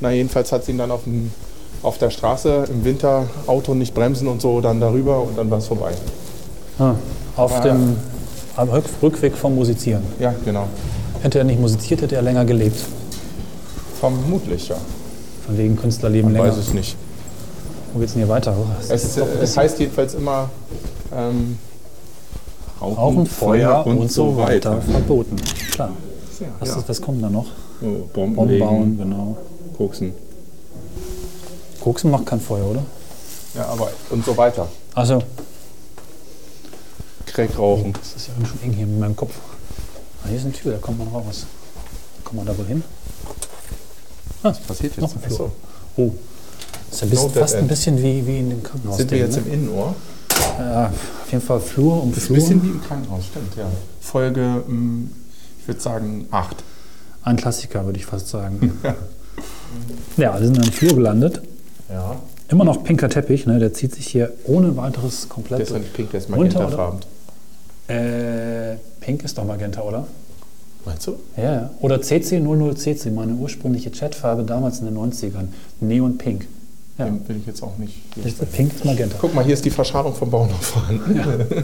Speaker 3: Na, jedenfalls hat sie ihn dann auf, dem, auf der Straße im Winter Auto nicht bremsen und so dann darüber und dann war es vorbei.
Speaker 2: Ah, auf
Speaker 3: Aber-
Speaker 2: dem am Rück- Rückweg vom Musizieren.
Speaker 3: Ja, genau.
Speaker 2: Hätte er nicht musiziert, hätte er länger gelebt.
Speaker 3: Vermutlich, ja.
Speaker 2: Von wegen Künstler leben länger.
Speaker 3: Weiß es nicht.
Speaker 2: Wo geht's denn hier weiter? Oh, das
Speaker 3: Es,
Speaker 2: ist
Speaker 3: äh,
Speaker 2: doch ein
Speaker 3: es
Speaker 2: bisschen-
Speaker 3: heißt jedenfalls immer ähm, Rauchen,
Speaker 2: Rauchen, Feuer und, so weiter. Verboten. Klar. Was,
Speaker 3: Ja.
Speaker 2: ist, was kommt da noch?
Speaker 3: Oh, Bomben,
Speaker 2: Bomben bauen,
Speaker 3: legen,
Speaker 2: genau.
Speaker 3: koksen.
Speaker 2: Koksen macht kein Feuer, oder?
Speaker 3: Ja, aber und so weiter.
Speaker 2: Also,
Speaker 3: Crack rauchen.
Speaker 2: das ist ja irgendwie schon eng hier mit meinem Kopf. Ah, hier ist eine Tür, da kommt man raus. Kommt man da wohl hin?
Speaker 3: Was passiert
Speaker 2: Noch
Speaker 3: jetzt?
Speaker 2: ein
Speaker 3: Ach so.
Speaker 2: Flur. Oh. Das ist ein bisschen,
Speaker 3: Note
Speaker 2: fast ein
Speaker 3: End.
Speaker 2: bisschen wie, wie in dem Krankenhaus.
Speaker 3: Sind wir jetzt
Speaker 2: ne?
Speaker 3: im Innenohr?
Speaker 2: ja, Äh, auf jeden Fall Flur um
Speaker 3: Das ist
Speaker 2: Flur.
Speaker 3: ein bisschen wie im Krankenhaus, stimmt, ja. Folge, ähm, ich würde sagen, 8.
Speaker 2: Ein Klassiker, würde ich fast sagen. ja, wir sind im Flur gelandet.
Speaker 3: Ja.
Speaker 2: Immer noch pinker Teppich, ne? der zieht sich hier ohne weiteres
Speaker 3: Der
Speaker 2: komplett.
Speaker 3: ist ja nicht pink, der ist
Speaker 2: Runter, oder?
Speaker 3: magentafarben.
Speaker 2: Äh, pink ist doch Magenta, oder?
Speaker 3: Meinst du?
Speaker 2: Ja, ja. Oder CC00CC, meine ursprüngliche Chatfarbe damals in den 90ern. Neon Pink. Ja.
Speaker 3: Den will ich jetzt auch nicht.
Speaker 2: Ist Pink ist Magenta.
Speaker 3: Guck mal, hier ist die Verschalung vom Bauernhof vorhanden.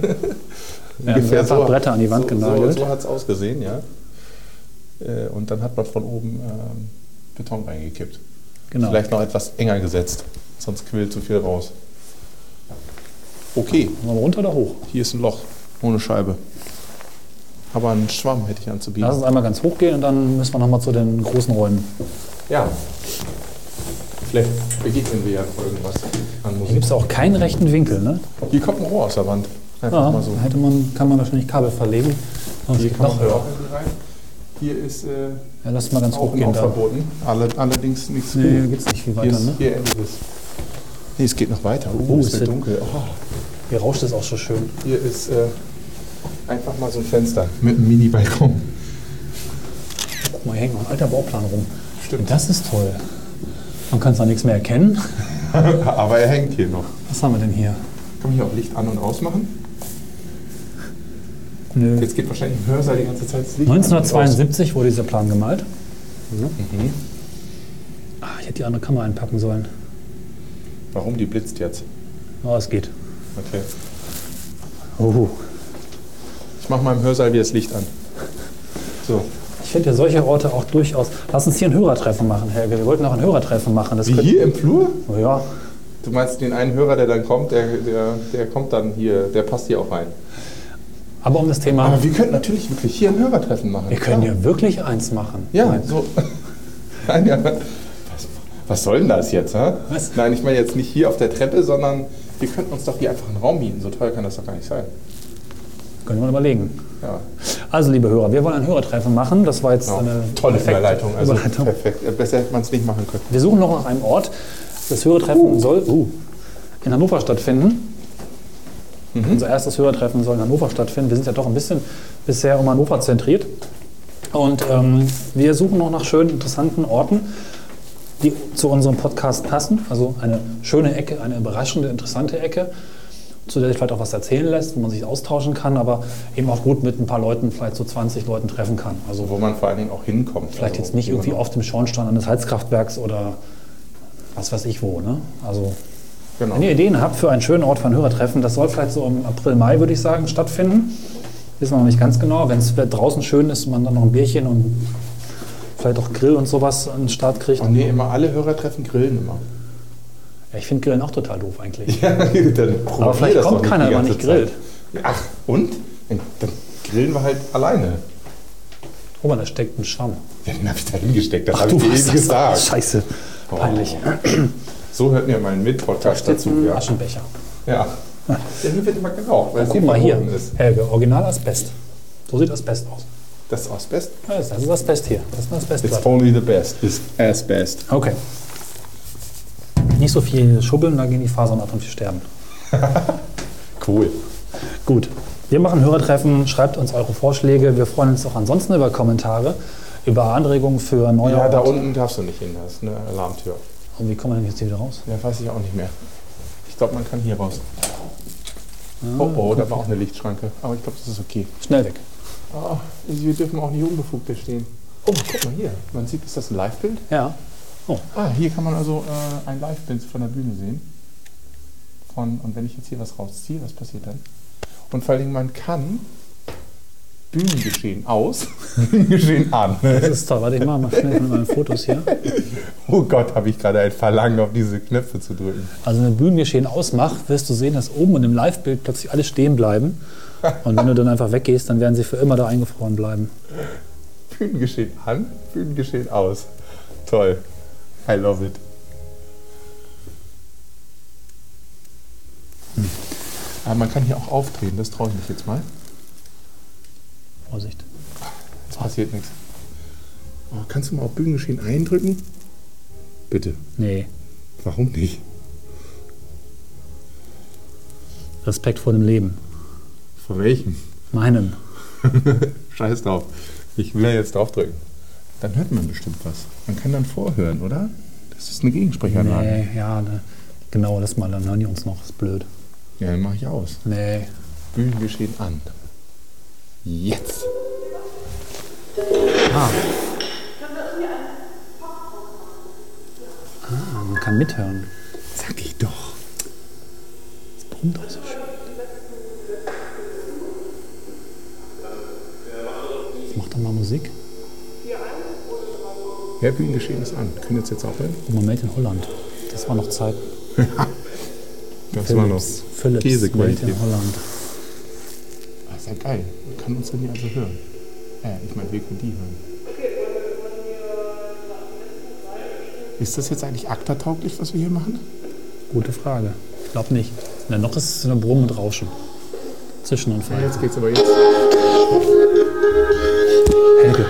Speaker 2: Ja,
Speaker 3: Ungefähr
Speaker 2: einfach Bretter an die Wand
Speaker 3: so,
Speaker 2: genagelt.
Speaker 3: So, so hat es ausgesehen, ja. Äh, Und dann hat man von oben ähm, Beton reingekippt.
Speaker 2: Genau.
Speaker 3: Vielleicht noch etwas enger gesetzt, sonst quillt zu viel raus. Okay,
Speaker 2: Wollen wir runter oder hoch?
Speaker 3: hier ist ein Loch ohne Scheibe. Aber einen Schwamm hätte ich
Speaker 2: Lass uns
Speaker 3: anzubieten.
Speaker 2: einmal ganz hoch gehen und dann müssen wir nochmal zu den großen Räumen.
Speaker 3: Ja. Vielleicht begegnen wir ja irgendwas an
Speaker 2: Hier
Speaker 3: Musik.
Speaker 2: gibt es auch keinen rechten Winkel, ne?
Speaker 3: Hier kommt ein Rohr aus der Wand. Einfach
Speaker 2: Ja,
Speaker 3: mal so.
Speaker 2: da hätte man, kann man wahrscheinlich Kabel verlegen. Sonst
Speaker 3: Hier
Speaker 2: geht
Speaker 3: kann man
Speaker 2: noch höher.
Speaker 3: auch irgendwie rein. Hier ist äh,
Speaker 2: Ja, lass mal ganz hoch
Speaker 3: auch noch
Speaker 2: gehen da.
Speaker 3: verboten. Alle, allerdings nichts
Speaker 2: Nee, genau hier geht's nicht viel
Speaker 3: Hier,
Speaker 2: weiter,
Speaker 3: ist,
Speaker 2: ne?
Speaker 3: hier endet es. Nee, es geht noch weiter. Uh,
Speaker 2: Oh,
Speaker 3: es
Speaker 2: es
Speaker 3: wird
Speaker 2: wird-
Speaker 3: dunkel. Oh,
Speaker 2: Hier rauscht es auch so schön.
Speaker 3: hier ist äh, einfach mal so ein Fenster mit einem Mini-Balkon.
Speaker 2: Guck mal, hier hängt noch ein alter Bauplan rum.
Speaker 3: Stimmt.
Speaker 2: Das ist toll. Man kann zwar nichts mehr erkennen.
Speaker 3: Aber er hängt hier noch.
Speaker 2: Was haben wir denn hier?
Speaker 3: Kann man hier auch Licht an- und ausmachen?
Speaker 2: Nö.
Speaker 3: Jetzt geht wahrscheinlich im Hörsaal die ganze Zeit. das Licht an und aus.
Speaker 2: 1972 wurde dieser Plan gemalt.
Speaker 3: Mhm.
Speaker 2: Ah, ich hätte die andere Kamera einpacken sollen.
Speaker 3: Warum die blitzt jetzt?
Speaker 2: Aber es geht.
Speaker 3: Okay.
Speaker 2: Oh.
Speaker 3: Ich mach mal im Hörsaal wieder das Licht an. So.
Speaker 2: Ich finde ja solche Orte auch durchaus. Lass uns hier ein Hörertreffen machen, Helge. Wir wollten auch ein Hörertreffen machen. Das
Speaker 3: Wie hier im Flur?
Speaker 2: Oh ja.
Speaker 3: Du meinst den einen Hörer, der dann kommt, der, der, der kommt dann hier, der passt hier auch rein.
Speaker 2: Aber um das Thema.
Speaker 3: Aber wir könnten natürlich wirklich hier ein Hörertreffen machen.
Speaker 2: wir können ja wirklich eins machen.
Speaker 3: Ja, so. Nein, ja. Was, was soll denn das jetzt? Hä?
Speaker 2: Was?
Speaker 3: Nein, ich meine jetzt nicht hier auf der Treppe, sondern wir könnten uns doch hier einfach einen Raum mieten. So teuer kann das doch gar nicht sein.
Speaker 2: Können wir mal überlegen.
Speaker 3: Ja.
Speaker 2: Also, liebe Hörer, wir wollen ein Hörertreffen machen. Das war jetzt
Speaker 3: Genau.
Speaker 2: eine
Speaker 3: Tolle
Speaker 2: perfekte
Speaker 3: Überleitung. Also
Speaker 2: Überleitung.
Speaker 3: perfekt. Äh, Besser hätte man es nicht machen können.
Speaker 2: Wir suchen noch nach einem Ort. Das Hörertreffen soll uh, in Hannover stattfinden. Unser erstes Hörertreffen soll in Hannover stattfinden. Wir sind ja doch ein bisschen bisher um Hannover zentriert. Und ähm, wir suchen noch nach schönen, interessanten Orten, die zu unserem Podcast passen. Also eine schöne Ecke, eine überraschende, interessante Ecke, zu der sich vielleicht auch was erzählen lässt, wo man sich austauschen kann, aber eben auch gut mit ein paar Leuten, vielleicht so 20 Leuten treffen kann. Also
Speaker 3: Wo man vor allen Dingen auch hinkommt.
Speaker 2: Vielleicht
Speaker 3: Also,
Speaker 2: jetzt nicht
Speaker 3: wo man
Speaker 2: irgendwie auf dem Schornstein eines Heizkraftwerks oder was weiß ich wo. Ne? Also,
Speaker 3: Genau.
Speaker 2: wenn ihr Ideen habt für einen schönen Ort für ein Hörertreffen, das soll vielleicht so im April, Mai, würde ich sagen, stattfinden. Wissen wir noch nicht ganz genau. Wenn es draußen schön ist und man dann noch ein Bierchen und vielleicht auch Grill und sowas an den Start kriegt.
Speaker 3: Oh nee, immer alle Hörer treffen grillen immer.
Speaker 2: Ja, ich finde Grillen auch total doof eigentlich.
Speaker 3: Ja, dann
Speaker 2: Aber vielleicht kommt keiner, wenn man nicht grillt.
Speaker 3: Ach, und? Dann grillen wir halt alleine.
Speaker 2: Oh, man, da steckt ein Schwamm.
Speaker 3: Ja, den habe ich da hingesteckt, das
Speaker 2: Ach,
Speaker 3: habe
Speaker 2: du
Speaker 3: ich dir
Speaker 2: hast
Speaker 3: eben
Speaker 2: das
Speaker 3: gesagt. Oh.
Speaker 2: Scheiße. Peinlich.
Speaker 3: So hört mir mein Mit-Podcast
Speaker 2: Steckt
Speaker 3: dazu.
Speaker 2: ein
Speaker 3: Ja.
Speaker 2: Aschenbecher.
Speaker 3: ja. Der hier wird immer geraucht, weil es
Speaker 2: Guck mal hier.
Speaker 3: verboten ist.
Speaker 2: Helge, Original Asbest. So sieht Asbest aus.
Speaker 3: Das ist Asbest.
Speaker 2: Ja, Das ist also das Beste hier. Das ist das Beste.
Speaker 3: It's only the best. Ist Asbest.
Speaker 2: Okay. Nicht so viel schubbeln, da gehen die Fasern ab und wir sterben.
Speaker 3: Cool.
Speaker 2: Gut. Wir machen Hörertreffen, schreibt uns eure Vorschläge. Wir freuen uns auch ansonsten über Kommentare, über Anregungen für neue
Speaker 3: Ja, da
Speaker 2: Orte.
Speaker 3: unten darfst du nicht hin, das ist eine Alarmtür.
Speaker 2: Und wie kommen wir denn jetzt hier wieder raus?
Speaker 3: Ja, weiß ich auch nicht mehr. Ich glaube, man kann hier raus. Oh, oh, da war auch eine Lichtschranke. Aber ich glaube, das ist okay.
Speaker 2: Schnell weg.
Speaker 3: Ah, wir dürfen auch nicht unbefugt da stehen. Oh, guck mal hier. Man sieht, ist das ein Live-Bild?
Speaker 2: Ja.
Speaker 3: Ah, hier kann man also äh, ein Live-Bild von der Bühne sehen. Von, und wenn ich jetzt hier was rausziehe, was passiert dann? Und vor allen Dingen, man kann Bühnengeschehen aus, Bühnengeschehen an.
Speaker 2: Das ist toll. Warte, ich mache mal schnell mit meinen Fotos hier.
Speaker 3: Oh Gott, habe ich gerade ein Verlangen, auf diese Knöpfe zu drücken.
Speaker 2: Also wenn Bühnengeschehen ausmacht, wirst du sehen, dass oben in dem Live-Bild plötzlich alle stehen bleiben. Und wenn du dann einfach weggehst, dann werden sie für immer da eingefroren bleiben.
Speaker 3: Bühnengeschehen an, Bühnengeschehen aus. Toll. I love it. Aber Hm. Ah, man kann hier auch auftreten, das traue ich mich jetzt mal.
Speaker 2: Vorsicht.
Speaker 3: Es passiert nichts. Oh, kannst du mal auf Bühnengeschehen eindrücken? Bitte.
Speaker 2: Nee.
Speaker 3: Warum nicht?
Speaker 2: Respekt vor dem Leben.
Speaker 3: Von welchem?
Speaker 2: Meinem.
Speaker 3: Scheiß drauf. Ich will ja jetzt draufdrücken. Dann hört man bestimmt was. Man kann dann vorhören, oder? Das ist eine Gegensprechanlage.
Speaker 2: Nee, ja, ne. genau das mal, dann hören die uns noch, ist blöd.
Speaker 3: Ja, dann mache ich aus.
Speaker 2: Nee.
Speaker 3: Bühnengeschehen an. Jetzt.
Speaker 2: Man kann mithören.
Speaker 3: Sag ich doch.
Speaker 2: Das brummt auch so schön. Jetzt Mach doch mal Musik.
Speaker 3: Ja, Bühnengeschehen ist an. Können jetzt jetzt auch hören?
Speaker 2: Guck mal, Made in Holland. Das war noch Zeit.
Speaker 3: Das
Speaker 2: Philips. Made
Speaker 3: Käsequalität.
Speaker 2: in Holland.
Speaker 3: Das ist ja geil. Man kann uns denn hier also hören. Äh, ich meine, wir können die hören. Ist das jetzt eigentlich aktertauglich, was wir hier machen?
Speaker 2: Gute Frage. Ich glaube nicht. Na, noch ist es ein Brummen und Rauschen. Zwischenunfall.
Speaker 3: Jetzt geht's aber jetzt.
Speaker 2: Helge.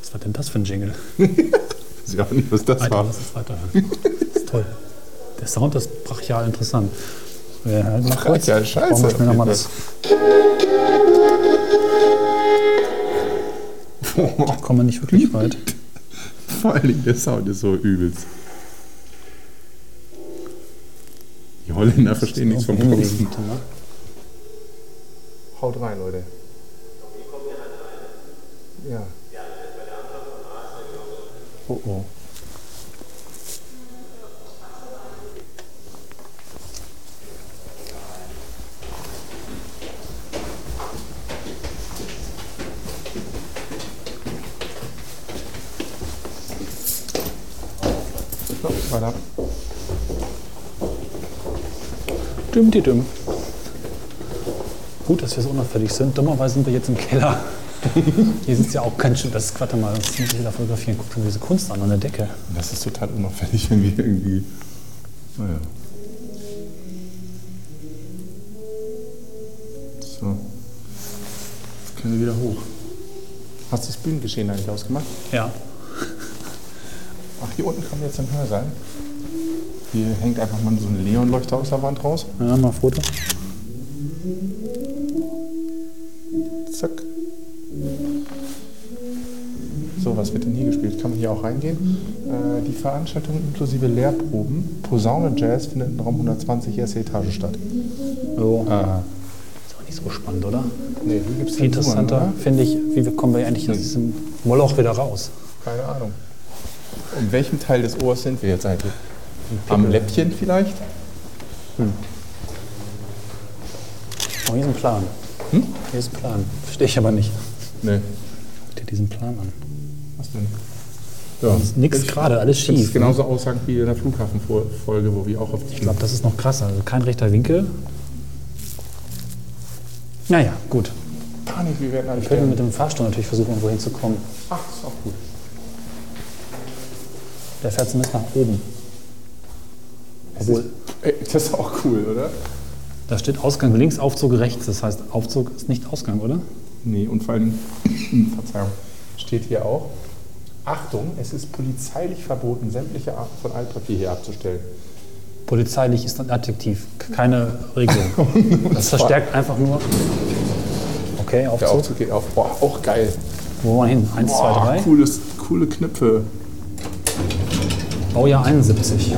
Speaker 2: Was war denn das für ein Jingle?
Speaker 3: Ich weiß auch nicht, was das
Speaker 2: Weiter,
Speaker 3: war.
Speaker 2: lass uns weiterhören. Das ist toll. Der Sound ist brachial interessant. Wir halten mal kurz.
Speaker 3: Brachial, scheiße.
Speaker 2: Brauchen wir schnell noch mal das. Da kommen wir nicht wirklich weit.
Speaker 3: Vor allen Dingen, der Sound ist so übelst. Die Holländer verstehen nichts vom
Speaker 2: Hm. Hinlegen,
Speaker 3: Boxen.
Speaker 2: bitte, ne?
Speaker 3: Haut rein, Leute. Ja.
Speaker 2: Oh oh.
Speaker 3: So, weiter.
Speaker 2: Düm, die düm. Gut, dass wir so unauffällig sind. Dummerweise sind wir jetzt im Keller. Hier sitzt ja auch ganz schön. Das warte mal, das muss ich wieder fotografieren. Guck dir diese Kunst an an der Decke.
Speaker 3: Das ist total unauffällig irgendwie. irgendwie. Naja. So. Jetzt können wir wieder hoch. Hast du das Bühnengeschehen eigentlich ausgemacht?
Speaker 2: Ja.
Speaker 3: Ach, hier unten kann man jetzt im Hörsaal. Hier hängt einfach mal so ein Leonleuchter aus der Wand raus.
Speaker 2: Ja, mal ein Foto.
Speaker 3: Zack. So, was wird denn hier gespielt? Kann man hier auch reingehen? Äh, die Veranstaltung inklusive Lehrproben, Posaune Jazz findet in Raum 120 erste Etage statt.
Speaker 2: So.
Speaker 3: Ah,
Speaker 2: Ist auch nicht so spannend, oder?
Speaker 3: nee, hier gibt's halt ne?
Speaker 2: Viel
Speaker 3: keine Nummern,
Speaker 2: interessanter
Speaker 3: oder?
Speaker 2: finde ich, wie kommen wir eigentlich aus diesem Moloch wieder raus?
Speaker 3: Keine Ahnung. In welchem Teil des Ohrs sind wir jetzt eigentlich? Am Läppchen vielleicht?
Speaker 2: Oh, hier ist ein Plan.
Speaker 3: Hm?
Speaker 2: Hier ist ein Plan. Verstehe ich aber nicht.
Speaker 3: Nee.
Speaker 2: Guck dir diesen Plan an.
Speaker 3: Was denn? ne? Ja.
Speaker 2: Ist Nix gerade, alles
Speaker 3: Das ist genau
Speaker 2: schief.
Speaker 3: genauso aussagend wie in der Flughafenfolge, wo wir auch auf
Speaker 2: Ich glaube, das ist noch krasser. Also kein rechter Winkel. Naja, gut.
Speaker 3: Panik, wir werden alle
Speaker 2: Wir können
Speaker 3: sterben.
Speaker 2: mit dem Fahrstuhl natürlich versuchen, irgendwo hinzukommen.
Speaker 3: Ach, ist auch gut.
Speaker 2: Der fährt zumindest nach oben.
Speaker 3: Das
Speaker 2: Obwohl-
Speaker 3: ist, ey, das ist auch cool, oder?
Speaker 2: Da steht Ausgang links, Aufzug rechts. Das heißt, Aufzug ist nicht Ausgang, oder?
Speaker 3: Nee, und vor allem, hm, Verzeihung, steht hier auch, Achtung, es ist polizeilich verboten, sämtliche Arten von Altpapier hier abzustellen.
Speaker 2: Polizeilich ist ein Adjektiv. Keine Regelung. Das verstärkt einfach nur. Okay,
Speaker 3: Der
Speaker 2: Aufzug.
Speaker 3: Aufzug geht auf. Boah, auch geil.
Speaker 2: Wo wollen wir hin? Eins, zwei,
Speaker 3: Boah,
Speaker 2: drei.
Speaker 3: Cooles, coole Knöpfe.
Speaker 2: Baujahr 71.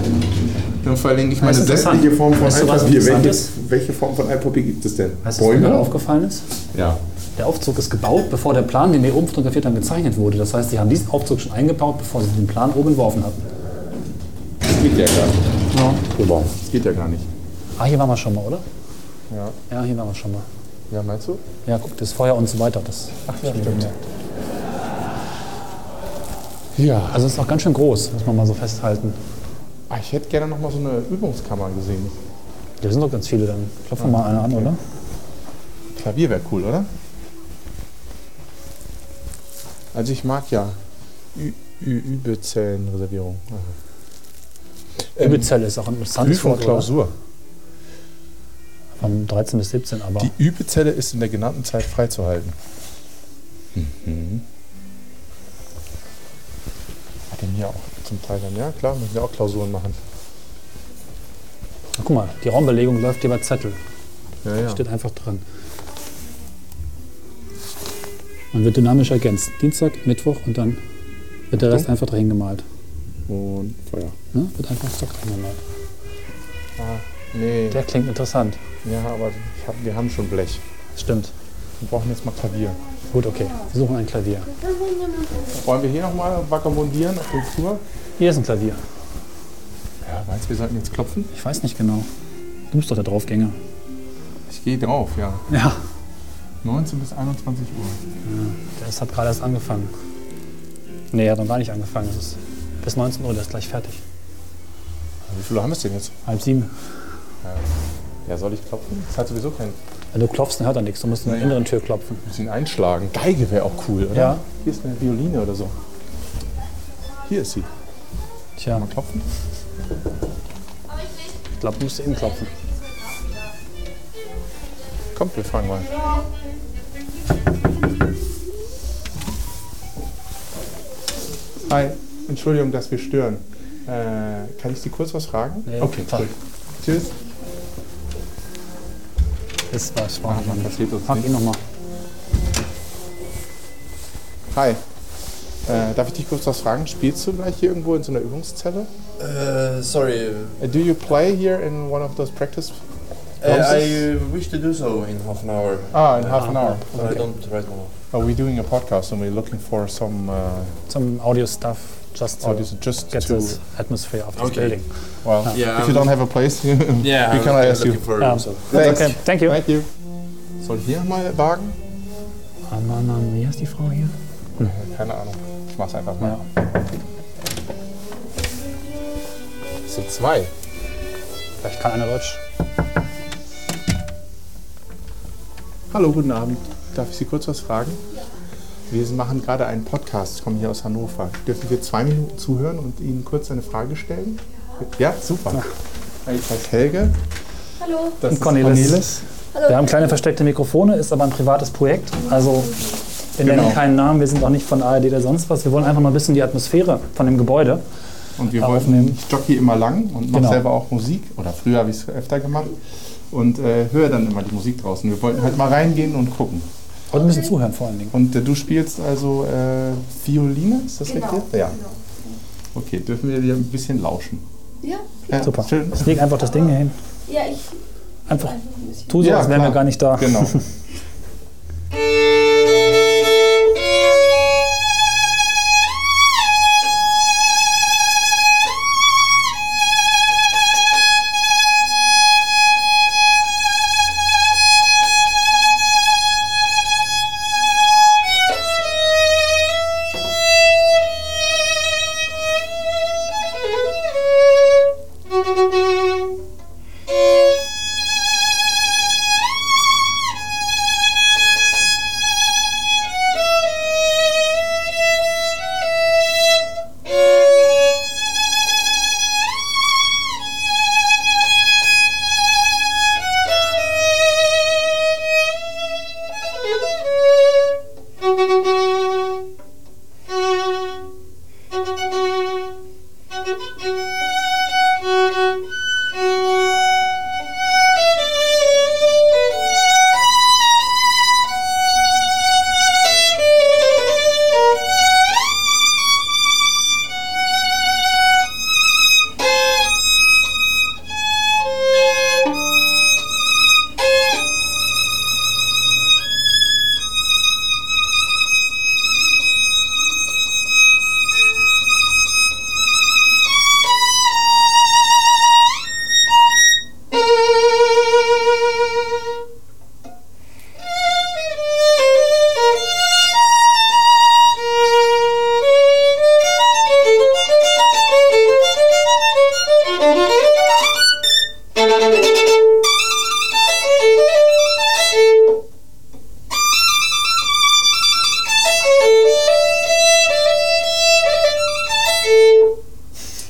Speaker 3: Ja, vor allem, ich meine,
Speaker 2: ist interessant.
Speaker 3: sämtliche Form von
Speaker 2: Weißt du, was
Speaker 3: Altpapier.
Speaker 2: interessant
Speaker 3: Welche,
Speaker 2: ist?
Speaker 3: welche Form von Altpapier gibt es denn?
Speaker 2: Weißt du, was mir gerade aufgefallen ist?
Speaker 3: Ja.
Speaker 2: Der Aufzug ist gebaut, bevor der Plan, den wir oben fotografiert haben, gezeichnet wurde. Das heißt, sie haben diesen Aufzug schon eingebaut, bevor sie den Plan oben entworfen haben.
Speaker 3: Das geht ja gar nicht. Super. Das geht ja gar nicht.
Speaker 2: Ah, hier waren wir schon mal, oder?
Speaker 3: Ja.
Speaker 2: Ja, hier waren wir schon mal.
Speaker 3: Ja, meinst du?
Speaker 2: Ja, guck, das Feuer und so weiter. Das,
Speaker 3: Ach ja, stimmt.
Speaker 2: ja. Also es ist auch ganz schön groß, muss man mal so festhalten.
Speaker 3: Ah, ich hätte gerne noch mal so eine Übungskammer gesehen.
Speaker 2: Da sind doch ganz viele dann. Klopfen wir mal eine an, oder?
Speaker 3: Klavier wäre cool, oder? Also ich mag ja Ü- Ü- Übezellenreservierung. Ähm,
Speaker 2: Übezelle ist auch ein interessantes Wort, oder?
Speaker 3: Klausur.
Speaker 2: Von 13 bis 17, aber
Speaker 3: Die Übezelle ist in der genannten Zeit freizuhalten. Mhm. Hat den hier auch zum Teil dann, ja klar, müssen wir auch Klausuren machen.
Speaker 2: guck mal, die Raumbelegung läuft hier bei Zettel.
Speaker 3: Ja, ja.
Speaker 2: Steht einfach dran. Man wird dynamisch ergänzt. Dienstag, Mittwoch und dann wird der Rest einfach dahin gemalt.
Speaker 3: Und Feuer.
Speaker 2: Ne? Wird einfach zack dahin gemalt.
Speaker 3: Ah, nee,
Speaker 2: Der klingt interessant.
Speaker 3: ja, aber ich hab, wir haben schon Blech.
Speaker 2: Stimmt.
Speaker 3: Wir brauchen jetzt mal Klavier.
Speaker 2: Gut, okay. Wir suchen ein Klavier.
Speaker 3: Wollen wir hier nochmal vagabundieren auf dem Flur?
Speaker 2: Hier ist ein Klavier.
Speaker 3: Ja, meinst du, wir sollten jetzt klopfen?
Speaker 2: Ich weiß nicht genau. Du bist doch der Draufgänger.
Speaker 3: Ich gehe drauf, ja.
Speaker 2: Ja.
Speaker 3: 19 bis 21 Uhr.
Speaker 2: Das hat gerade erst angefangen. Nee, hat noch gar nicht angefangen. Es ist bis 19 Uhr, der ist gleich fertig.
Speaker 3: Wie viel Uhr haben wir es denn jetzt?
Speaker 2: Halb sieben.
Speaker 3: Ja, soll ich klopfen? Das hat sowieso keinen.
Speaker 2: Wenn du klopfst, dann hört er nichts. Du musst in der
Speaker 3: Nee.
Speaker 2: inneren Tür klopfen.
Speaker 3: Wir müssen ihn einschlagen. Geige wäre auch cool, oder?
Speaker 2: Ja.
Speaker 3: Hier ist eine Violine oder so. Hier ist sie.
Speaker 2: Tja,
Speaker 3: Mal klopfen?
Speaker 2: ich glaube, du musst eben klopfen.
Speaker 3: Kommt, wir fragen mal. Hi, Entschuldigung, dass wir stören. Äh, kann ich Sie kurz was fragen?
Speaker 2: Ja,
Speaker 3: okay,
Speaker 2: klar.
Speaker 3: cool. Tschüss.
Speaker 2: Das war spannend.
Speaker 3: Ah, passiert uns
Speaker 2: Frag
Speaker 3: nicht.
Speaker 2: ihn nochmal.
Speaker 3: Hi. Äh, darf ich dich kurz was fragen? Spielst du gleich hier irgendwo in so einer Übungszelle?
Speaker 4: Äh, sorry.
Speaker 3: Uh, do you play here in one of those practice
Speaker 6: Uh, I uh, wish to do so in half an hour.
Speaker 3: Ah, in half an hour.
Speaker 6: But I don't right now.
Speaker 3: Are we doing a podcast and we're looking for some uh,
Speaker 2: Some audio stuff just to
Speaker 3: audio to just
Speaker 2: get
Speaker 3: to
Speaker 2: this Ah. atmosphere of this
Speaker 6: Okay.
Speaker 2: building.
Speaker 3: well,
Speaker 6: Yeah,
Speaker 3: if you
Speaker 6: I'm-
Speaker 3: don't have a place, we
Speaker 6: Yeah,
Speaker 3: can
Speaker 6: I'm
Speaker 3: ask you.
Speaker 6: looking for also. a
Speaker 2: Yeah.
Speaker 6: room, so.
Speaker 3: Thanks.
Speaker 2: Okay, thank you.
Speaker 3: Thank you.
Speaker 9: Soll ich hier mal wagen?
Speaker 2: Ah, Mann, Mann, wie heißt die Frau hier?
Speaker 3: Keine Ahnung. Ich mach's einfach mal.
Speaker 2: Ja.
Speaker 9: Es sind zwei.
Speaker 2: Vielleicht kann einer Deutsch.
Speaker 3: Hallo, guten Abend. Darf ich Sie kurz was fragen? Wir machen gerade einen Podcast, kommen hier aus Hannover. Dürfen wir zwei Minuten zuhören und Ihnen kurz eine Frage stellen? Ja, super. Ich heiße Helge.
Speaker 5: Hallo.
Speaker 3: Das ist
Speaker 2: Cornelis.
Speaker 3: Cornelis.
Speaker 2: Wir haben kleine versteckte Mikrofone, ist aber ein privates Projekt. Also wir nennen
Speaker 3: Genau.
Speaker 2: keinen Namen, wir sind auch nicht von ARD oder sonst was. Wir wollen einfach mal ein bisschen die Atmosphäre von dem Gebäude.
Speaker 3: Und wir
Speaker 2: Aber
Speaker 3: wollten, ich jogge hier immer lang und mache
Speaker 2: Genau.
Speaker 3: selber auch Musik. Oder früher habe ich es öfter gemacht. Und äh, höre dann immer die Musik draußen. Wir wollten halt mal reingehen und gucken.
Speaker 2: Und ein bisschen zuhören vor allen Dingen.
Speaker 3: Und äh, du spielst also äh, Violine, ist das
Speaker 5: Genau.
Speaker 3: richtig? Ja. Okay, dürfen wir dir ein bisschen lauschen?
Speaker 5: Ja,
Speaker 3: Ja,
Speaker 2: Super.
Speaker 3: Schön.
Speaker 2: Ich leg einfach das Ding hier hin.
Speaker 5: ja, ich.
Speaker 2: Einfach tu so,
Speaker 3: Ja,
Speaker 2: als wären wir gar
Speaker 3: klar.
Speaker 2: nicht da.
Speaker 3: Genau.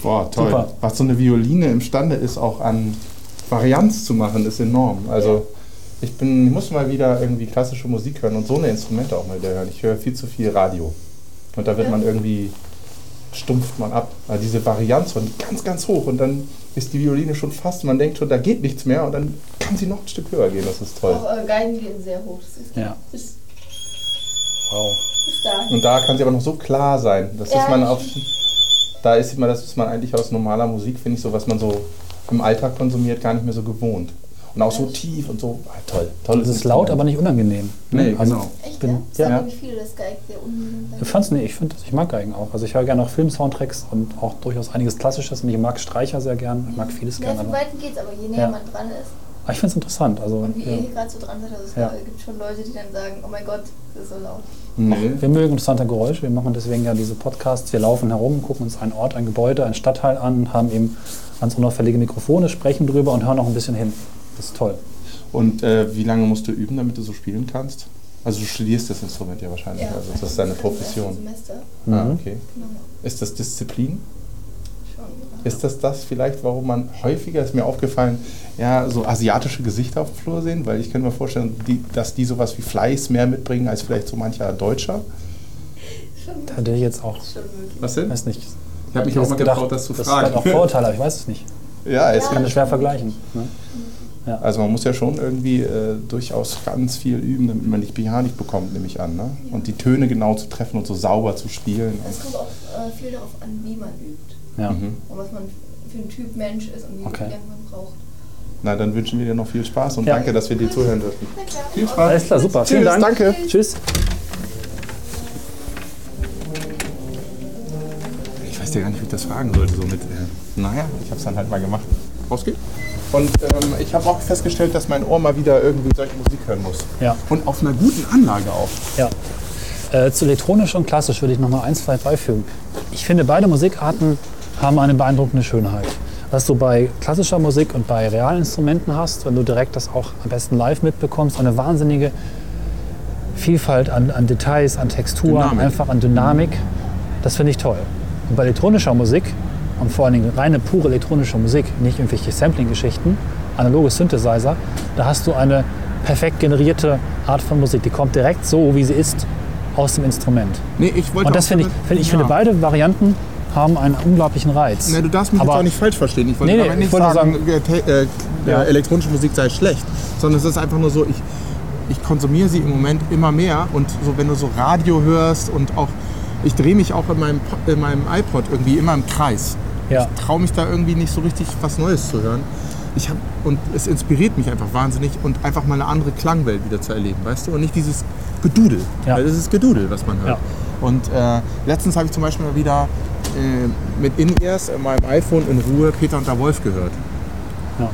Speaker 3: Boah, toll.
Speaker 2: Super.
Speaker 3: Was so eine Violine imstande ist, auch an Varianz zu machen, ist enorm. Also ich bin, ich muss mal wieder irgendwie klassische Musik hören und so eine Instrumente auch mal wieder hören. Ich höre viel zu viel Radio. Und da wird man irgendwie, stumpft man ab. Also diese Varianz von ganz, ganz hoch und dann ist die Violine schon fast, man denkt schon, da geht nichts mehr und dann kann sie noch ein Stück höher gehen. Das ist toll.
Speaker 10: Auch äh, Geigen gehen sehr hoch. Das ist,
Speaker 2: Ja.
Speaker 10: ist,
Speaker 2: Wow.
Speaker 10: ist da.
Speaker 3: Und da kann sie aber noch so klar sein. Das
Speaker 10: Ja,
Speaker 3: ist man
Speaker 10: das
Speaker 3: auf, da ist man, das ist man eigentlich aus normaler Musik, finde ich, so was man so im Alltag konsumiert, gar nicht mehr so gewohnt. Und auch so tief und so. Ah, toll, toll.
Speaker 2: Und es ist laut, aber nicht unangenehm.
Speaker 3: Nee,
Speaker 2: also,
Speaker 3: genau.
Speaker 10: Echt,
Speaker 2: Bin-
Speaker 10: ja?
Speaker 3: ja.
Speaker 10: Sagen wie viele das Geig sehr unangenehm
Speaker 2: Ich fand's nee, ich finde, ich mag Geigen auch. Also ich höre gerne auch Filmsoundtracks und auch durchaus einiges Klassisches und ich mag Streicher sehr gern. Ich mag vieles
Speaker 10: Ja,
Speaker 2: gerne.
Speaker 10: von
Speaker 2: Aber,
Speaker 10: Weitem geht's, aber je näher
Speaker 2: Ja.
Speaker 10: man dran ist
Speaker 2: aber ich finde es interessant. Also
Speaker 10: und wie
Speaker 2: ja.
Speaker 10: ihr hier gerade so dran seid, also es
Speaker 2: Ja.
Speaker 10: gibt schon Leute, die dann sagen, oh mein Gott, das ist so laut.
Speaker 3: Nee.
Speaker 2: wir mögen interessante Geräusche. Wir machen deswegen ja diese Podcasts. Wir laufen herum, gucken uns einen Ort, ein Gebäude, einen Stadtteil an, haben eben ganz unauffällige Mikrofone, sprechen drüber und hören auch ein bisschen hin. Das ist toll.
Speaker 3: Und äh, wie lange musst du üben, damit du so spielen kannst? Also du studierst das Instrument ja wahrscheinlich. Also das ist deine
Speaker 10: im ersten
Speaker 3: Profession.
Speaker 10: Semester,
Speaker 2: Mhm.
Speaker 3: Ah, okay.
Speaker 10: genau.
Speaker 3: Ist das Disziplin?
Speaker 10: Schon.
Speaker 3: Ist das das vielleicht, warum man häufiger, ist mir aufgefallen, ja, so asiatische Gesichter auf dem Flur sehen? Weil ich könnte mir vorstellen, die, dass die sowas wie Fleiß mehr mitbringen als vielleicht so mancher Deutscher.
Speaker 2: Da hätte ich jetzt auch,
Speaker 10: Schon möglich.
Speaker 9: Was denn?
Speaker 2: weiß nicht,
Speaker 9: Ich habe mich auch mal getraut, das zu
Speaker 2: das hat auch
Speaker 9: fragen.
Speaker 2: Vorurteile, aber ich weiß es nicht.
Speaker 3: Ja, es
Speaker 2: Ich kann das schwer vergleichen. Ne?
Speaker 3: Also man muss ja schon irgendwie äh, durchaus ganz viel üben, damit man nicht Mechanik bekommt, nehme ich an. Ne? Und die Töne genau zu treffen und so sauber zu spielen.
Speaker 10: Es kommt auch äh, viel darauf an, wie man übt
Speaker 2: Ja.
Speaker 3: Mhm.
Speaker 10: und was man für ein Typ Mensch ist und wie
Speaker 2: Okay.
Speaker 10: lange man braucht.
Speaker 11: Na, dann wünschen wir dir noch viel Spaß und
Speaker 2: Ja.
Speaker 11: danke, dass wir dir zuhören dürfen. Viel Spaß.
Speaker 2: Alles klar, super. Vielen
Speaker 11: Tschüss,
Speaker 2: Dank.
Speaker 11: danke.
Speaker 2: Tschüss.
Speaker 11: Ich weiß ja gar nicht, wie ich das fragen sollte. So mit, äh, naja, ich habe es dann halt mal gemacht. Rausgeht. Und ähm, ich habe auch festgestellt, dass mein Ohr mal wieder irgendwie solche Musik hören muss.
Speaker 2: Ja.
Speaker 11: Und auf einer guten Anlage auch.
Speaker 2: Ja. Äh, zu elektronisch und klassisch würde ich noch mal eins vielleicht beifügen. Ich finde, beide Musikarten haben eine beeindruckende Schönheit. Was du bei klassischer Musik und bei Realinstrumenten hast, wenn du direkt das auch am besten live mitbekommst, eine wahnsinnige Vielfalt an, an Details, an Texturen,
Speaker 11: Dynamik.
Speaker 2: einfach an Dynamik. Das finde ich toll. Und bei elektronischer Musik und vor allen Dingen reine pure elektronische Musik, nicht irgendwelche Sampling-Geschichten, analoge Synthesizer, da hast du eine perfekt generierte Art von Musik. Die kommt direkt so, wie sie ist, aus dem Instrument.
Speaker 11: Nee, ich wollte
Speaker 2: Und das
Speaker 11: auch
Speaker 2: finde ich,
Speaker 11: damit-
Speaker 2: finde ich
Speaker 11: ja.
Speaker 2: finde beide Varianten haben einen unglaublichen Reiz.
Speaker 11: Na, du darfst mich
Speaker 2: Aber
Speaker 11: jetzt auch nicht falsch verstehen. Ich wollte
Speaker 2: Nee, nee,
Speaker 11: damit
Speaker 2: ich
Speaker 11: nicht
Speaker 2: wollte nur
Speaker 11: sagen,
Speaker 2: sagen-
Speaker 11: wir te- äh,
Speaker 2: Ja.
Speaker 11: äh, elektronische Musik sei schlecht, sondern es ist einfach nur so, ich, ich konsumiere sie im Moment immer mehr und so, wenn du so Radio hörst und auch, ich drehe mich auch in meinem, Po- in meinem iPod irgendwie immer im Kreis.
Speaker 2: Ja.
Speaker 11: Ich traue mich da irgendwie nicht so richtig was Neues zu hören. Ich hab, und es inspiriert mich einfach wahnsinnig und einfach mal eine andere Klangwelt wieder zu erleben, weißt du? Und nicht dieses Gedudel.
Speaker 2: Ja.
Speaker 11: Weil das ist Gedudel, was man hört.
Speaker 2: Ja.
Speaker 11: Und äh, letztens habe ich zum Beispiel mal wieder äh, mit In-Ears in meinem iPhone in Ruhe Peter und der Wolf gehört.
Speaker 2: Ja.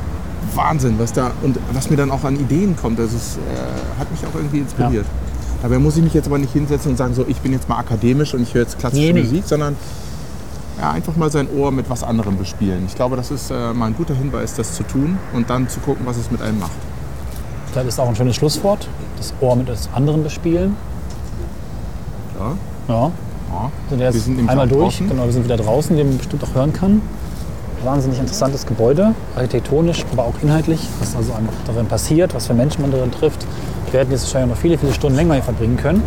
Speaker 11: Wahnsinn, was da und was mir dann auch an Ideen kommt. Das ist, äh, hat mich auch irgendwie inspiriert. Dabei muss ich mich jetzt aber nicht hinsetzen und sagen, so ich bin jetzt mal akademisch und ich höre jetzt klassische
Speaker 2: Nee, nee.
Speaker 11: Musik, sondern ja, einfach mal sein Ohr mit was anderem bespielen. Ich glaube, das ist äh, mal ein guter Hinweis, das zu tun und dann zu gucken, was es mit einem macht.
Speaker 2: Vielleicht ist auch ein schönes Schlusswort, das Ohr mit das anderen bespielen.
Speaker 11: Ja.
Speaker 2: Ja.
Speaker 11: Ja.
Speaker 2: Sind wir jetzt
Speaker 11: Wir sind nämlich
Speaker 2: einmal
Speaker 11: auch
Speaker 2: durch,
Speaker 11: draußen.
Speaker 2: genau, wir sind wieder draußen, den man bestimmt auch hören kann. Wahnsinnig interessantes Gebäude, architektonisch, aber auch inhaltlich, was also an- darin passiert, was für Menschen man darin trifft. Wir hätten jetzt wahrscheinlich noch viele, viele Stunden länger hier verbringen können.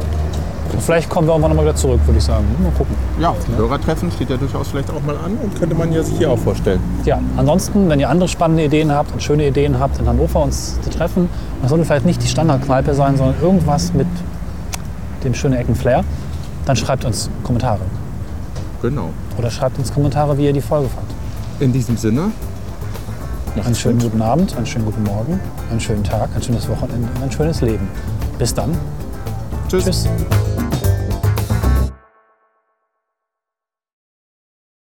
Speaker 2: Und vielleicht kommen wir irgendwann noch mal wieder zurück, würde ich sagen. Mal gucken.
Speaker 11: Ja, Hörertreffen steht ja durchaus vielleicht auch mal an und könnte man ja sich hier auch vorstellen.
Speaker 2: Ja, ansonsten, wenn ihr andere spannende Ideen habt und schöne Ideen habt, in Hannover uns zu treffen, das sollte vielleicht nicht die Standardkneipe sein, sondern irgendwas mit dem schönen Ecken-Flair, dann schreibt uns Kommentare.
Speaker 11: Genau.
Speaker 2: Oder schreibt uns Kommentare, wie ihr die Folge fandt.
Speaker 11: In diesem Sinne,
Speaker 2: Einen schönen guten Abend, einen schönen guten Morgen, einen schönen Tag, ein schönes Wochenende und ein schönes Leben. Bis dann.
Speaker 11: tschüss.
Speaker 2: Tschüss.